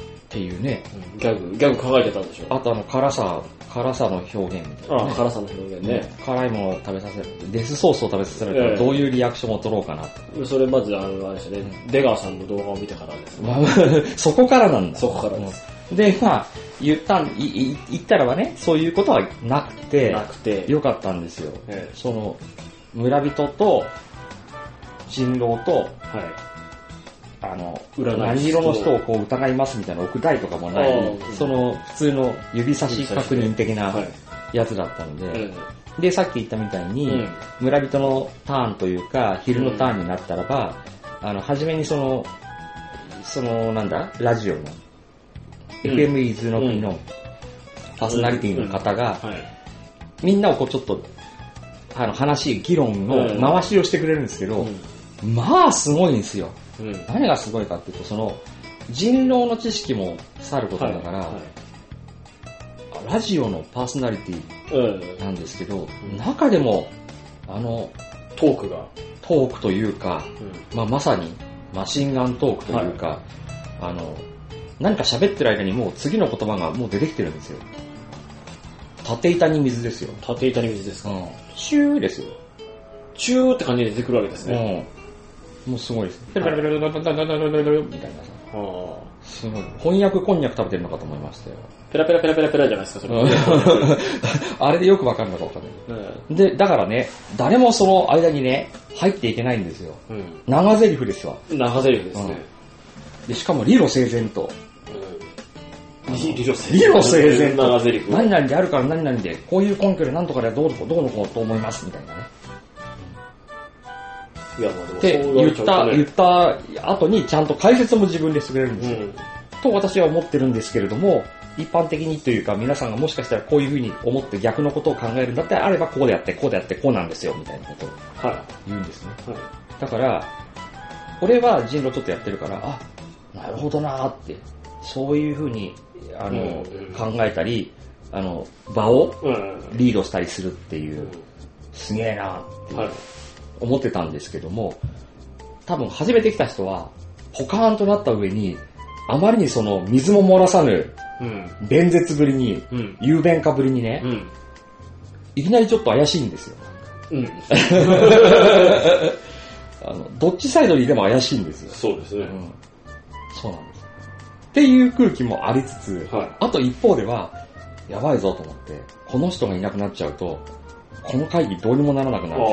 A: っていうね。
B: ギャグ、ギャグ考えてたんでしょ。
A: あとあの、辛さ、辛さの表現みたいな、
B: ああ、辛さの表現ね。
A: 辛いものを食べさせる。デスソースを食べさせるたら
B: ええ
A: どういうリアクションを取ろうかなと。
B: それまず、あの、あれですよね。出川さんの動画を見てからですね。
A: まあ [laughs] そこからなんだ。
B: そこからです
A: うんで、まあ、言ったん、いい言ったらはね、そういうことはなくて
B: な、くて。
A: よかったんですよ。
B: ええ
A: その、村人と、人狼と、
B: は
A: あの、
B: 占い
A: 何色の人をこう疑いますみたいな奥台とかもな
B: ああ
A: い
B: うん、
A: その普通の指差し確認的
B: い。は。
A: ないやつだったので、
B: え
A: で、さっき言ったみたい
B: え
A: に、
B: うん。
A: 村人のターンというか、昼のターンになったらば、あの、初めにその、その、なんだ、ラジオの、
B: うん
A: FM 伊豆の国
B: う
A: のパーソナリティの方が、
B: はい。
A: みんなをこうちょっと、あの、話、議論の回しをしてくれるんですけど、
B: うん
A: まあすごいんですよ。
B: うん。
A: 何がすごいかっていうと、その、人狼の知識もさることだから、
B: はい
A: ラジオのパーソナリティ
B: はいうん。
A: なんですけど、中でも、あの、
B: トークが。
A: トークというか、まあ、まさにマシンガントークというか、あの、何か喋ってる間にもう次の言葉がもう出てきてるんですよ。縦板に水ですよ。
B: 縦板に水です
A: う
B: か。
A: ん。シューですよ。
B: チューって感じで出てくるわけです
A: うん
B: ね。。
A: もうすごいです。ペラペラペラペラペラペラペラペラペラみたいなさ。
B: あー
A: すごい。翻訳こんにゃく食べてるのかと思いましたよ。
B: ペラペラペラペラペラじゃないですか、それ。
A: あれでよくわかるのかわかんない。
B: うん。
A: で、だからね、誰もその間にね、入っていけないんですよ。
B: うん。
A: 長台詞ですわ。
B: 長ゼリフですね。
A: で、しかも理路整然と。
B: うん。理理路整
A: 理路整然
B: 長ゼリフ。
A: 何々であるから何々で、こういう根拠で何とかでどうのこうどうのこうと思いますみたいなね。
B: いや、まあでも、
A: って
B: そう
A: 言
B: 言
A: っ、
B: ったた
A: 言った後にちゃんと解説も自分でしてくれるんですよ。
B: うん。
A: と私は思ってるんですけれども、一般的にというか皆さんがもしかしたらこういうふうに思って逆のことを考えるんだってあればこうであってこうであってこうなんですよみたいなことを
B: は
A: 言うんですね。
B: い。はい。
A: だから、俺は人狼ちょっとやってるから、あ、なるほどなーって、そういうふうに、あの、
B: うん
A: 考えたり、あの、場を
B: うん。
A: リードしたりするっていう、すげえなーって
B: はい。
A: 思ってたんですけども、多分初めて来た人は、ポカーンとなった上に、あまりにその水も漏らさぬ、
B: うん。
A: 弁舌ぶりに、
B: うん。
A: 雄弁化ぶりにね、
B: うん。
A: いきなりちょっと怪しいんですよ。
B: うん。
A: あの、どっちサイドにでも怪しいんですよ。
B: そうですね。
A: うんそうなんです。っていう空気もありつつ、
B: は
A: あと一方では、やばいぞと思って、この人がいなくなっちゃうと、この会議どうにもならなく
B: い。
A: な
B: あ
A: る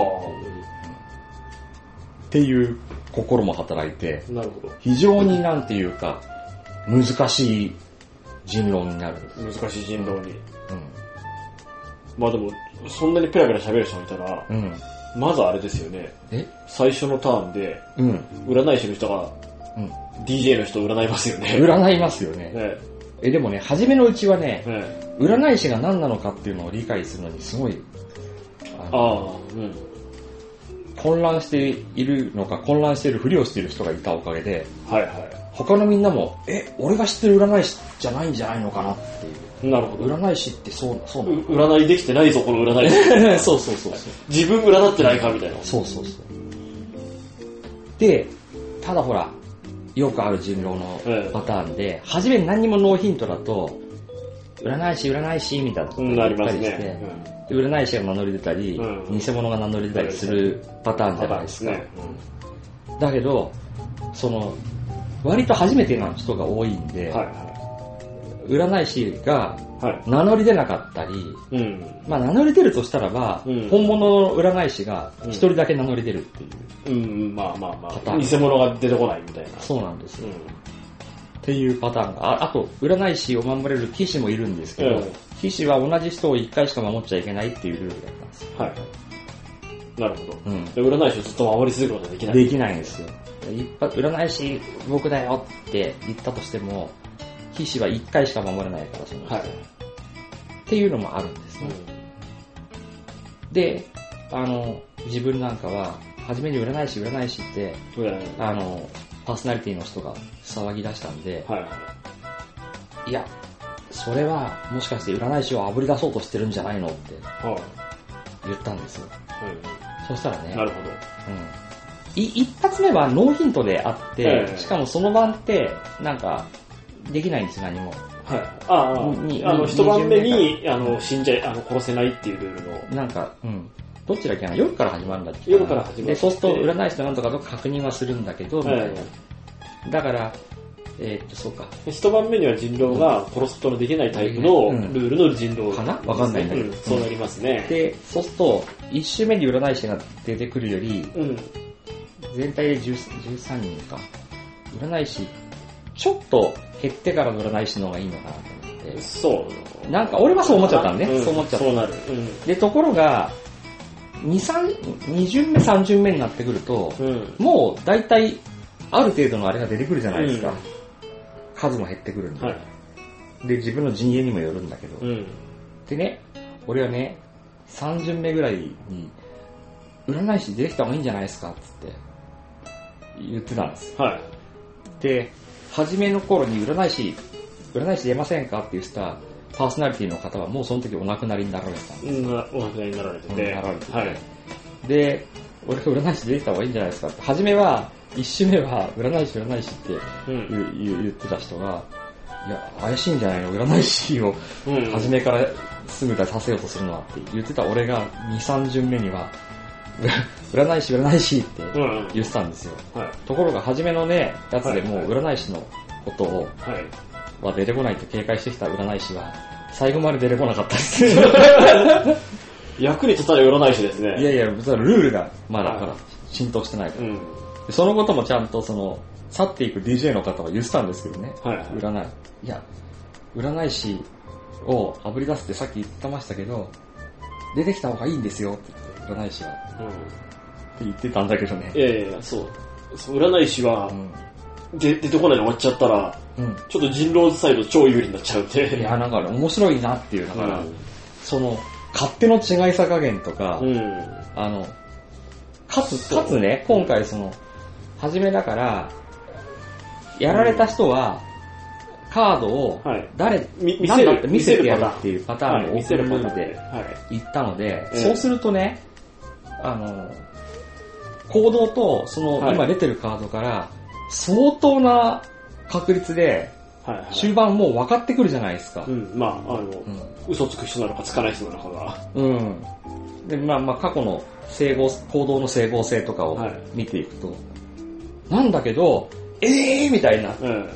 A: っていう心も働いて、
B: あ。なるほど。
A: 非常になんていうか、難しい人狼になるんです。
B: 難しい人狼に。まあでも、そんなにペラペラ喋る人がいたら、
A: うん。うん。
B: まずあれですよね。
A: え
B: 最初のターンで、
A: うん。
B: 占い師の人が、
A: うん
B: DJ の人を占いますよね。
A: 占いますよ
B: ね
A: ね。
B: ね
A: え、でもね、初めのうちはね、
B: ね
A: 占い師が何なのかっていうのを理解するのにすごい、あの
B: ああ、うん。
A: 混乱しているのか混乱しているふりをしている人がいたおかげで
B: はいは
A: 他のみんなもえ俺が知ってる占い師じゃないんじゃないのかなっていう
B: い。なるほど。
A: 占い師ってそうそう
B: う
A: なの
B: 占いできてないぞ、この占い
A: [laughs]
B: 師。 [laughs]
A: そうそうそうそう
B: 自分占ってないか、みたいな。
A: そうそうそうでただほらよくある人狼の
B: ええ
A: パターンで、初め何にもノーヒントだと占い師占い師みたいなこと
B: うん、なりますね。
A: で占い師が名乗り出たり、
B: うん
A: 偽物が名乗り出たりするパターンじゃな
B: た
A: い
B: だ
A: で
B: ですす
A: か、
B: ね。
A: だけど、その、割と初めての人が多いんで、
B: はいは
A: 占い師が
B: い。はい。
A: 名乗り出なかったり、
B: うん。
A: まあ名乗り出るとしたらば、
B: うん
A: 本物の占い師が
B: うん
A: 一人だけ名乗り出るっていう、
B: うん、まあまあま
A: パター
B: あ。
A: ン
B: 偽物が出てこないみたいな。
A: そうなんですよ、
B: う
A: っていうパターンが、ああと、占い師を守れる騎士もいるんですけど、
B: うん
A: 騎士は同じ人を一回しか守っちゃいけないっていうルールだったんですよ。
B: ん。はい。なるほど。
A: うん
B: で占い師をずっと守り続けることはできない。
A: できないんですよ。一発占い師僕だよって言ったとしても、騎士は一回しか守れないから、その人
B: は
A: っ
B: い。
A: ていうのもあるんですね。で、あの、自分なんかは、初めに占い師、占い師って、
B: うん。占い師
A: あの、パーソナリティの人が騒ぎ出したんで、
B: はいはい。
A: いや、それはもしかして占い師をあぶり出そうとしてるんじゃないのって
B: は
A: 言ったんですよ。
B: い。
A: そしたら
B: う
A: ね
B: ん。な、るほど。
A: うん、い一発目はノーヒントであって、
B: ええ
A: しかもその晩って、なんか、できないんですよ、何も。
B: はい。ああ、
A: に
B: あの、一晩目に、あの、死んじゃい、あの、殺せないっていうルールの、
A: なんか、うん。どっちだっけな夜から始まるんだっけな
B: 夜から始まって
A: で、そうすると占い師となんとかと確認はするんだけど、みたいな。
B: え
A: だから、えーっと、そうか。
B: え一晩目には人狼が殺すことのできないタイプの
A: うん
B: ルールの人狼
A: かなわかんないんだけど
B: うそうなりますね。
A: で、そうすると、1周目に占い師が出てくるより、
B: うん。
A: 全体で10 13人か。占い師、ちょっと減ってからの占い師の方がいいのかなと思って。
B: そう。
A: なんか俺はそう思っちゃったのねそう思っちゃった
B: そうなる。
A: で、ところが、2、3、2巡目、3巡目になってくると、
B: うん。うん。
A: もう大体、ある程度のあれが出てくるじゃないですか。
B: うん
A: 数も減ってくるんで、
B: はい。
A: で、自分の陣営にもよるんだけど。
B: うん。
A: でね、俺はね、3巡目ぐらいに、占い師出てきた方がいいんじゃないですかっつって、言ってたんです。
B: はい。
A: で、初めの頃に占い師、占い師出ませんかって言ったパーソナリティの方はもうその時お亡くなりになられてたんで
B: うん、お亡くなりになられてて。
A: なられてて
B: はい。
A: す。で、俺が占い師出てた方がいいんじゃないですかって、初めは、一周目は占い師占い師って
B: うん。
A: 言う言う言ってた人が、いや、怪しいんじゃないの占い師を
B: うん。
A: 初めからすぐ出させようとするのはって言ってた俺が2、3巡目には、 [laughs] 占占い師、占い師って
B: うん。はい。
A: 言ってたんですよ。
B: はい。
A: ところが初めのね、やつでもう
B: はい
A: 占い師のことを、は出てこないと警戒してきた占い師は、最後まで出てこなかったです。 [laughs] い
B: 役に立たない占い師ですね。
A: やいや、それルールがまだ
B: はい
A: ほら浸透してないか
B: う
A: ら。
B: ん。
A: でそのこともちゃんとその、去っていく DJ の方は言ってたんですけどね。
B: はいはい。
A: 占い。いや、占い師を炙り出すってさっき言ってましたけど、出てきた方がいいんですよって言って、占い師は。
B: うん。
A: って言ってたんだけどね
B: い。やいやいや、そう。そう占い師は
A: う、ん。
B: で出てこないの終わっちゃったら、
A: うん。
B: ちょっと人狼サイド超有利になっちゃうんで。
A: いや、なんかね、面白いなっていう、だ
B: [laughs]
A: か、
B: だからら、
A: その、勝手の違いさ加減とか、
B: うん。
A: あの、かつ、
B: そう
A: かつね、今回その、初めだから、やられた人は、カードを
B: はい、
A: 誰、
B: み見
A: なん
B: せ
A: だ
B: る
A: って見せてやる
B: 見せるパターン
A: っていうパター
B: はい、
A: ンを
B: 見せる
A: ル
B: パ
A: ー
B: ター
A: ル
B: ンで。
A: で
B: は
A: 行ったので、
B: ええ
A: そうするとね、あの、行動と、その、
B: はい
A: 今出てるカードから、相当な確率で、
B: い。はい、はい。
A: 終盤もう分かってくるじゃないですか
B: う。ん、まあ、あの、嘘つく人なのかつかない人なのかが。
A: うん。うん。で、まあまあ、過去の整合、行動の整合性とかを
B: はい
A: 見ていくと、なんだけど、えーみたいな、
B: うん。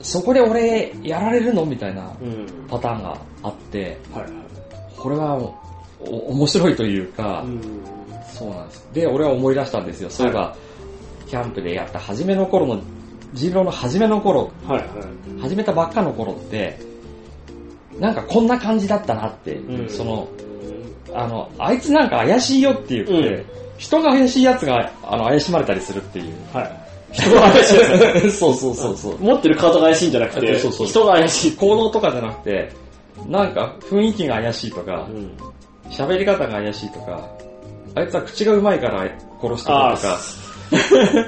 A: そこで俺やられるのみたいな
B: うん。
A: パターンがあって、
B: はいはい。
A: これはおお面白いというか、
B: うん。
A: そうなんです。で、俺は思い出したんですよ。そういえば、キャンプでやった初めの頃の、人狼の初めの頃、
B: はいはい。
A: 始めたばっかの頃って、なんかこんな感じだったなって、
B: うん
A: その、あの、あいつなんか怪しいよって言って、
B: うん
A: 人が怪しいやつが、あの、怪しまれたりするっていう。
B: はい。人が怪しいですね。
A: そうそうそうそう。
B: 持ってるカードが怪しいんじゃなくて、
A: そうそうそう
B: 人が怪しい。
A: 行動とかじゃなくて、なんか雰囲気が怪しいとか、
B: ん。
A: 喋り方が怪しいとか、あいつは口がうまいから殺した
B: あ
A: とか、
B: あ、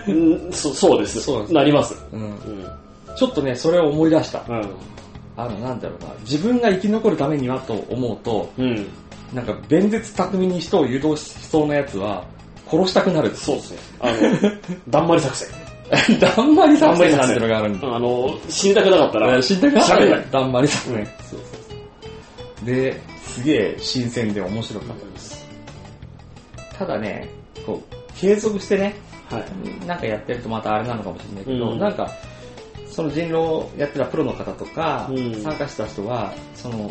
B: うんそそうです。
A: そうなんです
B: なります。
A: うん
B: うん。
A: ちょっとね、それを思い出した。
B: うん。
A: あの、なんだろうな、自分が生き残るためにはと思うと、
B: うん。
A: なんか、弁舌巧みに人を誘導しそうなやつは、殺したくなる。
B: そうですね。あの、だんまり作
A: [laughs]
B: 戦。
A: だんまり作戦なんてのがあるんだ。
B: あの、死にたくなかったら、
A: 死んだか
B: 喋
A: [laughs]
B: れない
A: だんまり作戦。そうそうで、すげえ新鮮で面白かったです。ただね、こう、継続してね、
B: はい。
A: なんかやってるとまたあれなのかもしれないけど、
B: うん
A: なんか、その人狼やってたプロの方とか、
B: うん
A: 参加してた人は、その、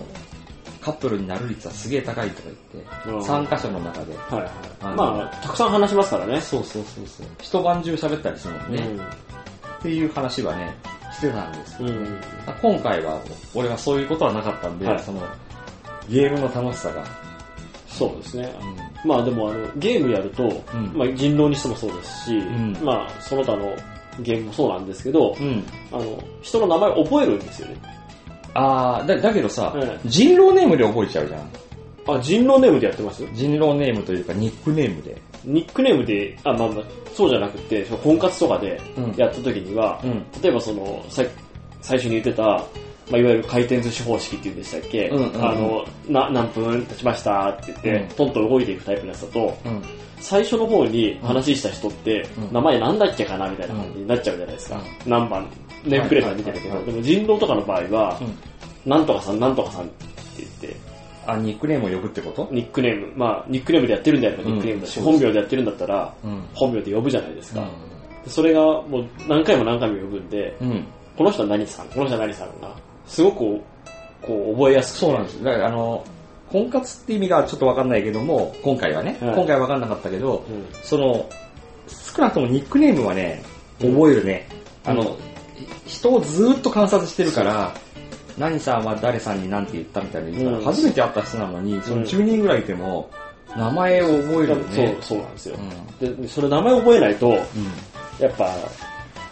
A: カップルになる率はすげえ高いとか言って、
B: うん
A: 参加者の中で。
B: はいは
A: あの
B: い。まあ、たくさん話しますからね。
A: そうそうそうそう。一晩中喋ったりするもんね、っていう話はね、してたんですけ
B: うん。うん。
A: ど、今回は俺はそういうことはなかったんで、
B: はい
A: その、ゲームの楽しさが。
B: そうですね。まあでもあの、ゲームやると、
A: ん
B: まあ人狼にしてもそうですし、
A: ん
B: まあその他のゲームもそうなんですけど
A: う、ん。
B: あの、人の名前を覚えるんですよね。
A: あーだ、だけどさ、
B: え
A: 人狼ネームで覚えちゃうじゃん。
B: あ、人狼ネームでやってます
A: 人狼ネームというかニックネームで。
B: ニックネームで、あ、まあまあ、そうじゃなくて、その婚活とかで
A: うん
B: やった時には、
A: うん。
B: 例えばその、さ最初に言ってた、まあ、いわゆる回転寿司方式っていうんでしたっけ、
A: うんうんうん
B: あのな、何分経ちましたって言って、
A: う
B: トントン動いていくタイプのやつだと、
A: うん。
B: 最初の方に話した人って、
A: うん
B: 名前なんだっけかなみたいな感じになっちゃうじゃないですか。何番、ネームプレートが見てるけ
A: はい
B: ど、
A: はい
B: でも人狼とかの場合は、
A: うん
B: なんとかさん、なんとかさんって言って、
A: あ、ニックネームを呼ぶってこと
B: ニックネーム、まあ、ニックネームでやってるんであればニックネームだし、
A: うん
B: 本名でやってるんだったら、
A: うん。
B: 本名で呼ぶじゃないです
A: う
B: か。
A: ん。
B: それがもう何回も何回も呼ぶんで、
A: うん。
B: この人は何さん、この人は何さんが、すごくこう覚えやすく
A: そうなんです。だからあの、婚活って意味がちょっとわかんないけども、今回はね、
B: はい
A: 今回はわかんなかったけど、
B: うん。
A: その、少なくともニックネームはね、覚えるね。
B: うん
A: あの、い人をずーっと観察してるから、何さんは誰さんになんて言ったみたいな言ったら、
B: うん
A: 初めて会った人なのに、その10人ぐらいいても、名前を覚えるよね。
B: そう、そうなんですよ
A: う。ん
B: で、それ名前覚えないと、
A: うん
B: やっぱ、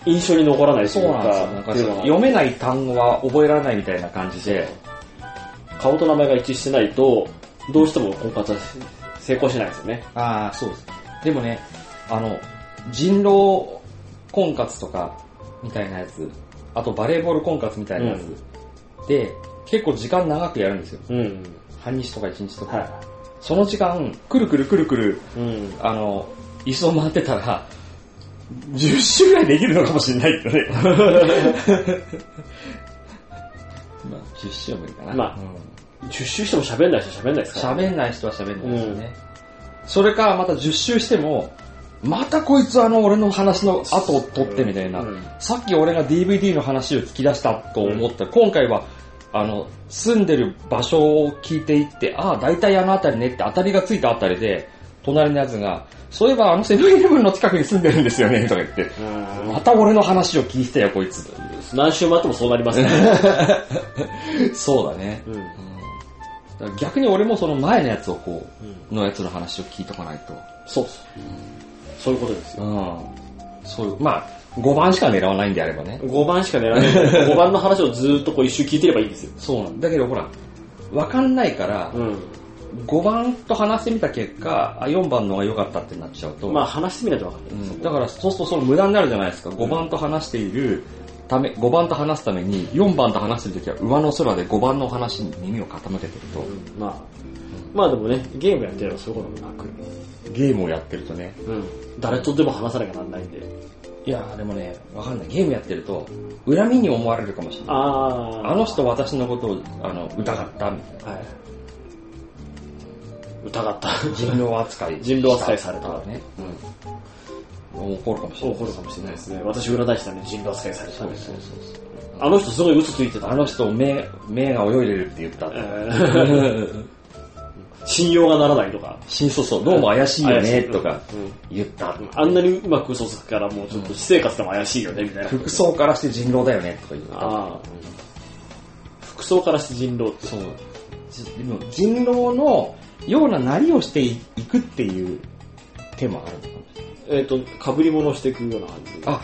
B: 印象に残らないと
A: そ
B: いうう
A: なんですよ。
B: か、
A: なんか
B: って
A: そ
B: いうの
A: の
B: が
A: 読めない単語は覚えられないみたいな感じで、
B: 顔と名前が一致してないと、どうしても婚活は成功しないですよね。
A: ああ、そうです。でもね、あの、人狼婚活とかみたいなやつ、あとバレーボール婚活みたいなやつ、で、結構時間長くやるんですよ。
B: うん。
A: 半日とか一日とか。
B: は
A: その時間、くるくるくるくる、
B: い。うん。
A: あの、椅子を回ってたら、10周ぐらいできるのかもしれないけ [laughs] どね。まあ、10周は無理かな。
B: まあ
A: うん
B: 10周しても喋んない人は喋んないですから。
A: 喋んない人は喋んないですよね。それか、また10周しても、またこいつあの俺の話の後を取ってみたいな、
B: うん
A: さっき俺が DVD の話を聞き出したと思った、今回は、あの、住んでる場所を聞いていって、ああ、大体あの辺りねって当たりがついた辺りで、隣のやつが、そういえばあのセブンイレブンの近くに住んでるんですよね、とか言って、
B: うん
A: また俺の話を聞いてたよ、こいつ。
B: 何周回ってもそうなりま
A: [laughs]
B: すね。
A: そうだね。
B: うん。うん
A: だから逆に俺もその前のやつをこう、のやつの話を聞いとかないと。
B: そうです。そういうことですよ。
A: うん。そういう、まあ、5番しか狙わないんであればね。
B: 5番しか狙わない。5番の話をずーっとこう一周聞いてればいいんですよ。
A: そうなんだけどほら、わかんないから、
B: う
A: 5番と話してみた結果、あ、4番の方が良かったってなっちゃうと、
B: ん。まあ話してみないとわかんな
A: う
B: いです。
A: んだからそうするとその無駄になるじゃないですか。5番と話しているため、5番と話すために、4番と話してるときは上の空で5番の話に耳を傾けてると、
B: うんまあ、まあでもね、ゲームやってればそういうこともなく、
A: ゲームをやってるとね、
B: うん。誰とでも話さなきゃなんないんで。
A: いやーでもね、わかんない。ゲームやってると、恨みに思われるかもしれない。
B: あ
A: あの人私のことをあの疑ったみたいな。
B: はい。疑った。
A: 人狼扱い。
B: 人狼扱いされた
A: とかね。うん。怒るかもしれない。
B: 怒るかもしれないですね。私、裏出したね、人狼扱いされた
A: そうですそうですそうです
B: あの人、すごい嘘ついてた。
A: あの人、目、目が泳いでるって言ったって。
B: えー [laughs] 信用がならないとか。
A: 真相そう、どうも怪しいよね、とか
B: うん
A: 言った。
B: あんなにうまく嘘つくから、もうちょっと私生活でも怪しいよね、みたいな。
A: 服装からして人狼だよね、とか言った。
B: ああ。服装からして人狼って。
A: そう。じでも人狼のようななりをしていくっていう手もあるのかもしれない
B: えっ、と、被り物をしていくような感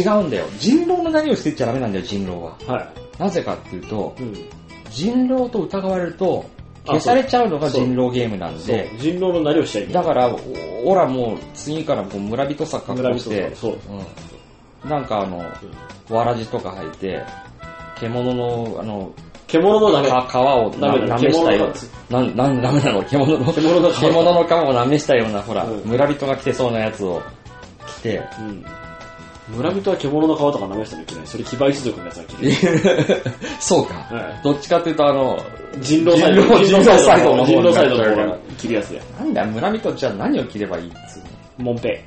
B: じ。
A: あ、違うんだよ。人狼のなりをしていっちゃダメなんだよ、人狼は。
B: は
A: なぜかっていうと
B: い。、うん。
A: 人狼と疑われると、
B: あ
A: 消されちゃうのが
B: そう
A: 人狼ゲームなん
B: そう
A: で、。
B: 人狼のなりをしちゃいけな
A: だ
B: い。
A: から、おおらもう次からもう村人さ格好し
B: 村
A: て
B: 人、さそう
A: うんなんかあの、わらじとか履いて、獣の、あの、
B: 獣のダメ。
A: か皮をな
B: ダメだ
A: 舐めしたよう
B: 獣
A: な、な、なん、ダメなの獣
B: [laughs]
A: の、
B: 獣の皮
A: 獣の皮を舐めしたような、ほら、
B: うん
A: 村人が着てそうなやつを着て、
B: うん。村人は獣の皮とか舐めしたらいけない。それ、騎馬一族のやつは着る。
A: [laughs] そうか。
B: は
A: どっちかっていうとあの、
B: い。人狼サイド。
A: 人狼サイドの方
B: 人狼サイドの
A: 人狼サイドの
B: 方が切るやつで。
A: なんだよ、村人じゃあ何を着ればいいっつうの
B: モンペ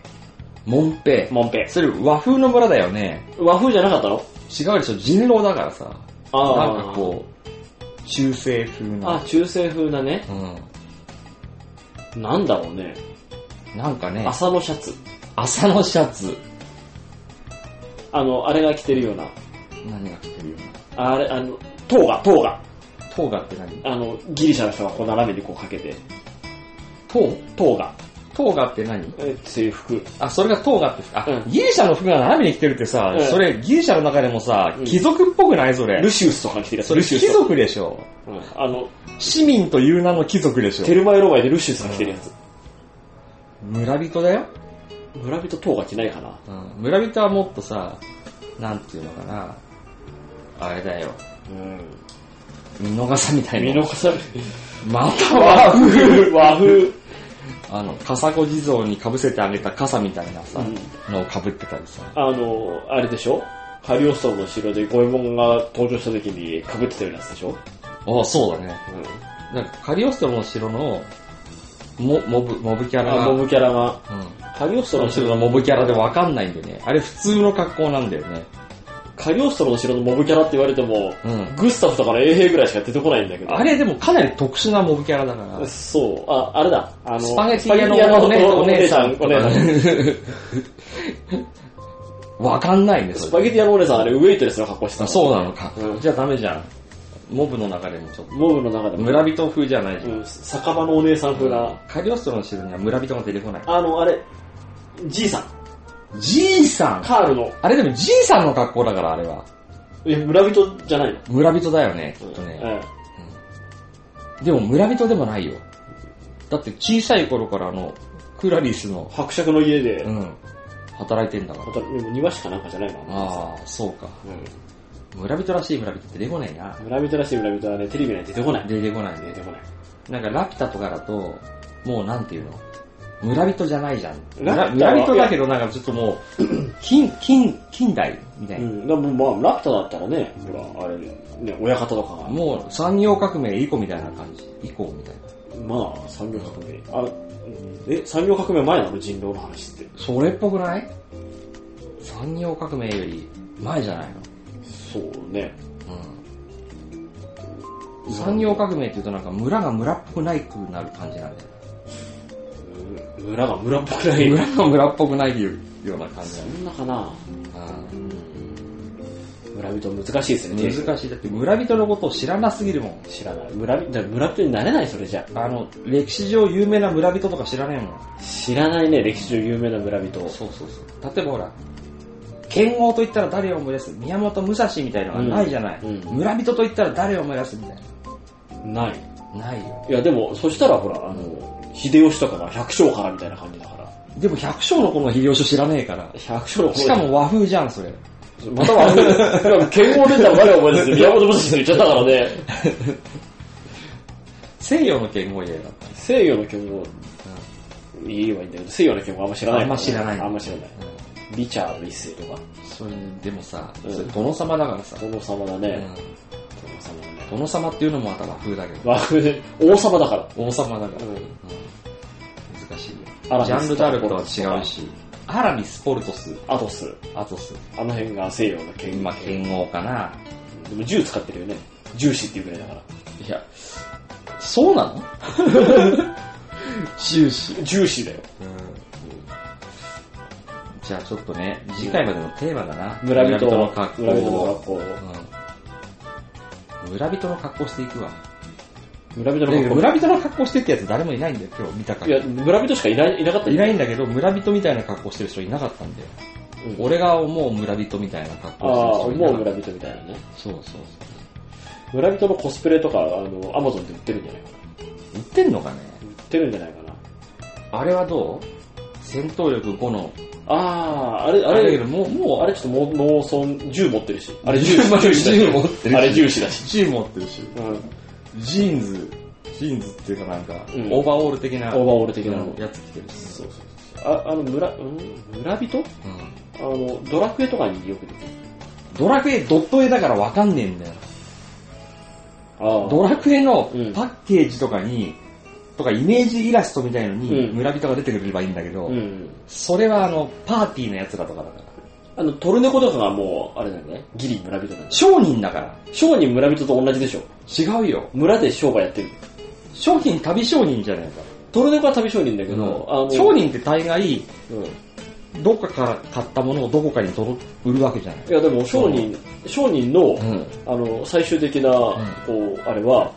A: モンペ
B: イ。。モンペ
A: それ和風の村だよね。
B: イ。和風じゃなかったの
A: 違うでしょ、人狼だからさ。
B: あ
A: なんかこう、中世風
B: うあ
A: な。、
B: 中世風なね。
A: う
B: なんだろうね。
A: ん。なんかね、
B: 朝のシャツ。
A: 朝のシャツ。
B: あの、あれが着てるような。
A: 何が着てるよ
B: あれ、あの、塔が、塔が。
A: うな。塔がって何
B: あの、ギリシャの人がこう斜めにこうかけて。
A: 塔
B: 塔が。
A: 塔がって何
B: え制服。
A: あ、それが塔がって、あ、
B: うん
A: ギリシャの服が斜めに着てるってさ、
B: うん
A: それギリシャの中でもさ
B: う、ん
A: 貴族っぽくないそれ。
B: ルシウスとか着てるやつ。
A: それ
B: ルシウ
A: 貴
B: スとか。
A: 族でしょ。
B: うんあの、
A: 市民という名の貴族でし
B: テ
A: ょ。
B: ルマエロマエでルシウスが着てるやつ。
A: 村人だよ。
B: 村人塔が着ないかな。
A: うん。村人はもっとさ、なんていうのかな。あれだよ。
B: うん。
A: 見逃さみたい
B: 見
A: な。
B: 逃され
A: また
B: 和
A: は、
B: 風和風
A: あの、笠子地蔵に被せてあげた傘みたいなさ、
B: う
A: のを被ってたりさ。
B: あの、あれでしょカリオストロの城でゴエモンが登場した時に被ってたようなやつでしょ
A: ああ、そうだね。なんか、カリオストロの城の、モモブ、モブキャラ
B: あ、
A: が、
B: モ
A: うん。
B: ブキャラが。カリオス
A: そ
B: トロ
A: の
B: の城
A: 城のモブキャラでわかんないんだよね。あれ普通の格好なんだよね。
B: カリオストロの城のモブキャラって言われても、
A: うん
B: グスタフとかの衛兵ぐらいしか出てこないんだけど。
A: あれでもかなり特殊なモブキャラだから。
B: そう、あ、あれだ。あの、
A: スパゲティ屋のお
B: スパゲティ
A: 姉
B: 屋の
A: お姉さん
B: お姉さん。お姉さん
A: わかんないね、
B: ス
A: そ
B: パ
A: れ。
B: ゲティ屋のお姉さん、あれウェイトレスの格好してた
A: あ
B: の。
A: そうなのか、
B: うん
A: じゃあダメじゃん。モブの中でもちょっ
B: モブの中で
A: と。
B: も。
A: 村人風じゃないじゃん。
B: うん、酒場のお姉さん風な。
A: カリオストロの城には村人が出てこない。
B: あの、あれ、じいさん。
A: じいさん
B: カールの、
A: あれでもじいさんの格好だから、あれは。
B: え、村人じゃないの
A: 村人だよね、きっとね。
B: え
A: でも村人でもないよ。だって小さい頃からあの、クラリスの
B: え、伯爵の家で
A: う、ん。働いてんだか
B: ま
A: ら。
B: た、でも庭師かなんかじゃないかな。
A: ああ、そうか。
B: う
A: 村人らしい村人って出てこないな。
B: ん。村人らしい村人はね、テレビには出てこない。
A: 出てこない
B: 出
A: ね。
B: てこない。
A: なんかラピュタとかだと、もうなんていうの村人じゃないじゃん。村
B: ラピュタは
A: 村人だけどなんかちょっともう、近、近、近代みたいうな。
B: ん。でもまあ、ラピュタだったらね、ほら、あれ、ね、親方とかが、
A: もう産業革命以降みたいな感じ。以降みたいな。
B: まあ、産業革命。あ、え、産業革命前なの人狼の話って。
A: それっぽくない産業革命より前じゃないの
B: そうね。
A: うん。産業革命って言うとなんか村が村っぽくないくなる感じなんだよ。
B: うん村が村っぽくない。
A: 村が村っぽくないような感じ
B: そ
A: だね。
B: んなかな。
A: うん
B: 村人難しいですね、定義
A: 難しい。だって村人のことを知らなすぎるもん。
B: 知らない。村人、だから村人になれない、それじゃ。
A: あの、歴史上有名な村人とか知らねえもん。
B: 知らないね、歴史上有名な村人を。
A: そうそうそう。例えばほら、剣豪と言ったら誰を思い出す宮本武蔵みたいなのがないじゃない。
B: うんうん
A: 村人と言ったら誰を思い出すみたい
B: ない。
A: な。ないよ。
B: いや、でも、そしたらほら、あの、秀吉とかが百姓からみたいな感じだから。
A: でも百姓の子の秀吉知らねえから。
B: 百姓の
A: しかも和風じゃん、それ。
B: また
A: [laughs]
B: は、剣豪出たら誰を思い出す宮本武蔵って言っちゃったからね。
A: 西洋の剣豪家だっ
B: 西洋の剣豪、言えばいいんだけど、西洋の剣豪あんま知らない
A: あん
B: からね、
A: ま知らない
B: あんま知らない。
A: た。うん
B: リチャード一世とか、
A: それでもさ、
B: うん
A: それ殿様だからさ。
B: 殿様だね。
A: うん
B: 殿様だね。
A: 殿様っていうのもまた和風だけど。
B: 和風で、王様だから。
A: 王様だから。
B: う
A: う
B: ん
A: ん難しいよ。
B: アラミ
A: ジャン
B: ス
A: ル
B: とか
A: ダルクとは違うし、アラミス、ポルトス、
B: アトス、
A: アトス、
B: あの辺が西洋の剣
A: 今、剣王かな。
B: でも銃使ってるよね。銃士っていうぐらいだから。
A: いや、そうなの [laughs] 終始。
B: 銃士だよ。
A: じゃあちょっとね、次回までのテーマだな。
B: 村人
A: の格好
B: 村人の格好を。
A: うん村人の格好していくわ。
B: 村人
A: だ
B: の
A: けど
B: 格好。
A: 村人の格好してってやつ誰もいないんだよ、今日見たか
B: い
A: ら。
B: や、村人しかいないいなかった
A: いない
B: い。
A: んだけど、村人みたいな格好してる人いなかったんだよ。
B: うん
A: 俺が思う村人みたいな格
B: ああ、
A: 好してる人いな
B: もう
A: かった。
B: 村人みたいなね。
A: そうそうそう。
B: 村人のコスプレとか、あの、アマゾンで売ってるんじゃないかな。
A: 売ってんのかね
B: 売ってるんじゃないかな。
A: あれはどう戦闘力5の。
B: ああー、あれ、あ
A: あれだけ
B: れ
A: ど、、もう、もう、
B: あれちょっと農村、銃持ってるし。
A: [laughs]
B: あれ銃士だし。
A: 銃持ってるし
B: あれ銃士だし。
A: 銃持ってるし。
B: うん。オー
A: ジーンズ、ジーンズっていうかなんか、
B: うん
A: オーバーオール的な
B: バーオール的な
A: う
B: の
A: ん。やつ着てるし。
B: そうそうそう。あ、あの、村、うん村人
A: うん
B: あの、ドラクエとかによく出てる。
A: ドラクエ、ドット絵だからわかんねえんだよ。
B: ああ。
A: ドラクエの
B: うん
A: パッケージとかに、とかイメージイラストみたいのに
B: うん
A: 村人が出てくれればいいんだけど、
B: うん。
A: それはあの、パーティーのやつらとかだから。
B: あの、トルネコとかがもう、あれだよね。ギリ村人なんだよ。
A: 商人だから。
B: 商人村人と同じでしょ。
A: 違うよ。
B: 村で商売やってる。
A: 商品旅商人じゃないか。
B: トルネコは旅商人だけど、あの、
A: 商人って大概、
B: うん。い
A: どっかから買ったものをどこかに届売るわけじゃない。
B: やでも商人、商人の、
A: うん。
B: あの、最終的な、こう、あれは、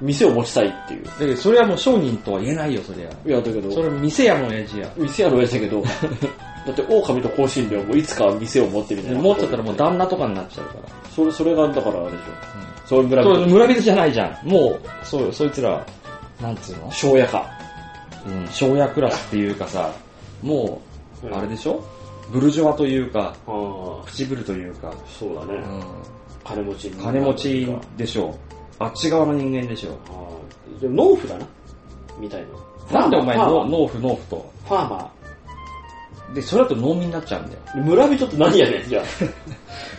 B: 店を持ちたいっていう。
A: だけど、それはもう商人とは言えないよ、そりゃ。
B: いや、だけど、
A: それ店屋の親父や。
B: 店やのやつだけ [laughs] ど、だって狼と香辛料もいつかは店を持ってみたいな。
A: 持っちゃったらもう旦那とかになっちゃうから。
B: それ、それがだからあれでしょ。そういう村
A: そう
B: 人、
A: 村人じゃないじゃん。もう、そう、そいつら、なんつうの
B: 商屋か。
A: うん、商屋クラスっていうかさ、も
B: う
A: う、
B: ん
A: あれでしょブルジョワというか、
B: ああ、
A: プチブルというか、
B: そうだ
A: う
B: ね。
A: ん、
B: 金持ち。
A: 金持ちでしょあっち側の人間でしょ
B: ああ、でも農夫だな。みたいな。
A: なんでお前
B: ファー
A: の
B: マー
A: 農夫農夫と。
B: ファーマ
A: で、それだと農民になっちゃうんだよ。
B: ー。村人って何やねん、じゃあ。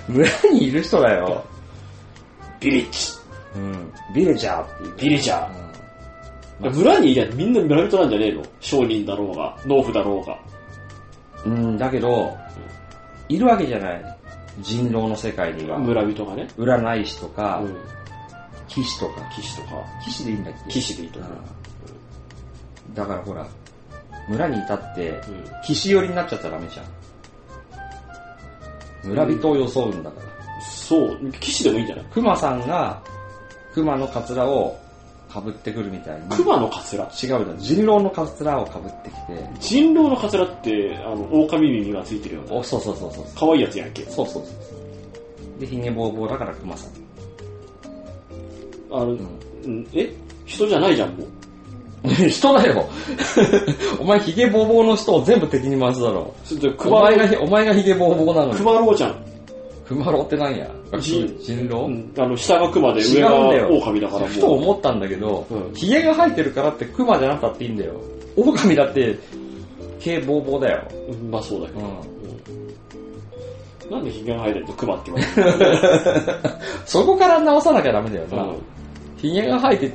A: 村にいる人だよ。
B: ビリッジ。
A: うん。ビレジャーっていう。
B: ビリジャー。村にいりゃみんな村人なんじゃねえの商人だろうが、農夫だろうが。
A: うん、だけど、いるわけじゃない。人狼の世界には。
B: 村人がね。
A: 占い師とか
B: う、ん。
A: 騎士とか。
B: 騎士とか。
A: 騎士でいいんだっけ
B: 騎士でいいと
A: う
B: 思う。
A: んだからほら、村にいたって、
B: うん
A: 騎士寄りになっちゃったらダメじゃん。村人を装うんだから。
B: そう、騎士でもいいんじゃない
A: 熊さんが、熊のカツラを被ってくるみたいに。
B: 熊のカツラ。
A: 違うじゃん。人狼のカツラを被ってきて、
B: 人狼のカツラって、あの、狼耳がついてるような。
A: お、そうそうそうそう。
B: 可愛いやつやんけ。
A: そうそうそう。で、ひげぼうぼうだから熊さん。
B: あの、
A: ん
B: [laughs] うんえ人じゃないじゃん、もう。
A: 人だよ。 [laughs] お前ヒゲボーボーの人を全部敵に回すだろ。
B: ちょっと、
A: お
B: 熊
A: 前
B: 野、
A: が、お前がヒゲボーボーなのに。
B: 熊郎ちゃん。
A: クマロってなんや
B: じ
A: 人
B: う
A: 狼
B: んあの、下が熊で
A: 違
B: 上
A: うんだ
B: が
A: よ。
B: 狼だから
A: ふと
B: もう。
A: 思ったんだけど
B: う、ん
A: ヒゲが生えてるからってクマじゃなくたっていいんだよ。狼だって、毛ボーボーだよ。
B: うんまあそうだけ
A: う
B: ど。
A: ん。
B: うんなんでヒゲが生えてると熊って言われる
A: そこから直さなきゃダメだよな。
B: の
A: ヒゲが生えて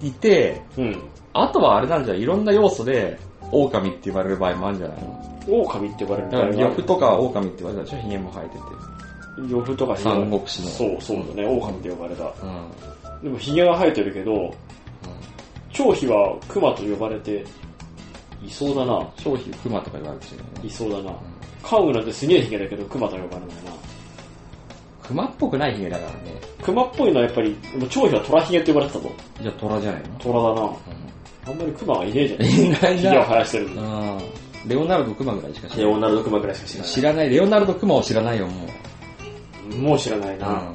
A: いて、
B: うん。
A: あとはあれなんじゃない、いろんな要素で、狼って言われる場合もあるんじゃないの
B: 狼って呼ばれる
A: だ
B: み
A: から、
B: たい
A: 呂布とかは狼って言われたでしょ、ヒゲも生えてて。
B: な。洋風とかヒゲ
A: 三国志の。
B: そう、そうだね。狼って呼ばれた。
A: うん。うん。
B: でもヒゲが生えてるけど、張飛は熊と呼ばれて、いそうだな。
A: 商品、熊とか言われてるよ
B: い
A: ね。
B: そうだな
A: う。ん
B: 関羽なんてすげえヒゲだけど熊と呼ばれないな。
A: 熊っぽくないヒゲだからね。
B: 熊っぽいのはやっぱり、でも張飛は虎ヒゲって呼ばれてたぞ。
A: じゃあ、虎じゃないの
B: 虎だな。
A: う
B: あんまり熊はいねえじゃん。
A: ん。
B: ヒ
A: いない
B: ゲを
A: な。
B: 生やしてる
A: う
B: の。
A: んレオナルド・クマぐらいしか知らない。
B: ナルド熊くらいしか
A: 知らない。レオナルド・クマを知らないよ、もう。
B: もう知らないな。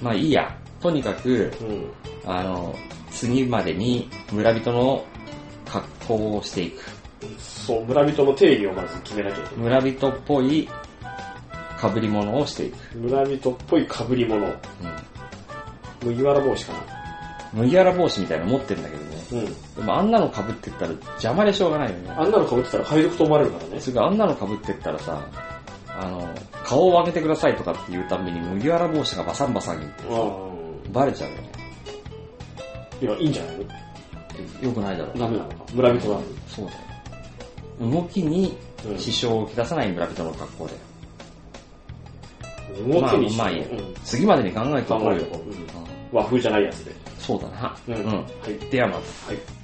A: まあいいや。とにかく、
B: うん。
A: あの、次までに村人の格好をしていく。
B: そう、村人の定義をまず決めなきゃいけな
A: 村人っぽい被り物をしていく。
B: い。村人っぽい被り物。
A: うん
B: 麦わら帽子かな。
A: 麦わら帽子みたいなの持ってるんだけどね。
B: うん。
A: でもあんなの被ってったら邪魔でしょうがないよね。
B: あんなの被ってたら海賊と思われるからね。
A: すぐあんなの被ってったらさ、あの、顔を上げてくださいとかっていうたんびに麦わら帽子がバサンバサン言ってさ、
B: う
A: バレちゃうよね。
B: ん。いや、いいんじゃないの
A: よくないだろう。
B: ダメなのか。村人なのに。
A: そうだよ。動きに
B: うん
A: 支障をきたさない村人の格好だよ。
B: 動きに
A: まあまあいいや
B: うん。
A: 次までに考えておこ
B: 考
A: う
B: え
A: よ
B: と。こううん
A: うん
B: 和風じゃないやつで。
A: そうだな。
B: うん。
A: うん
B: はい。
A: ではまず。
B: はい。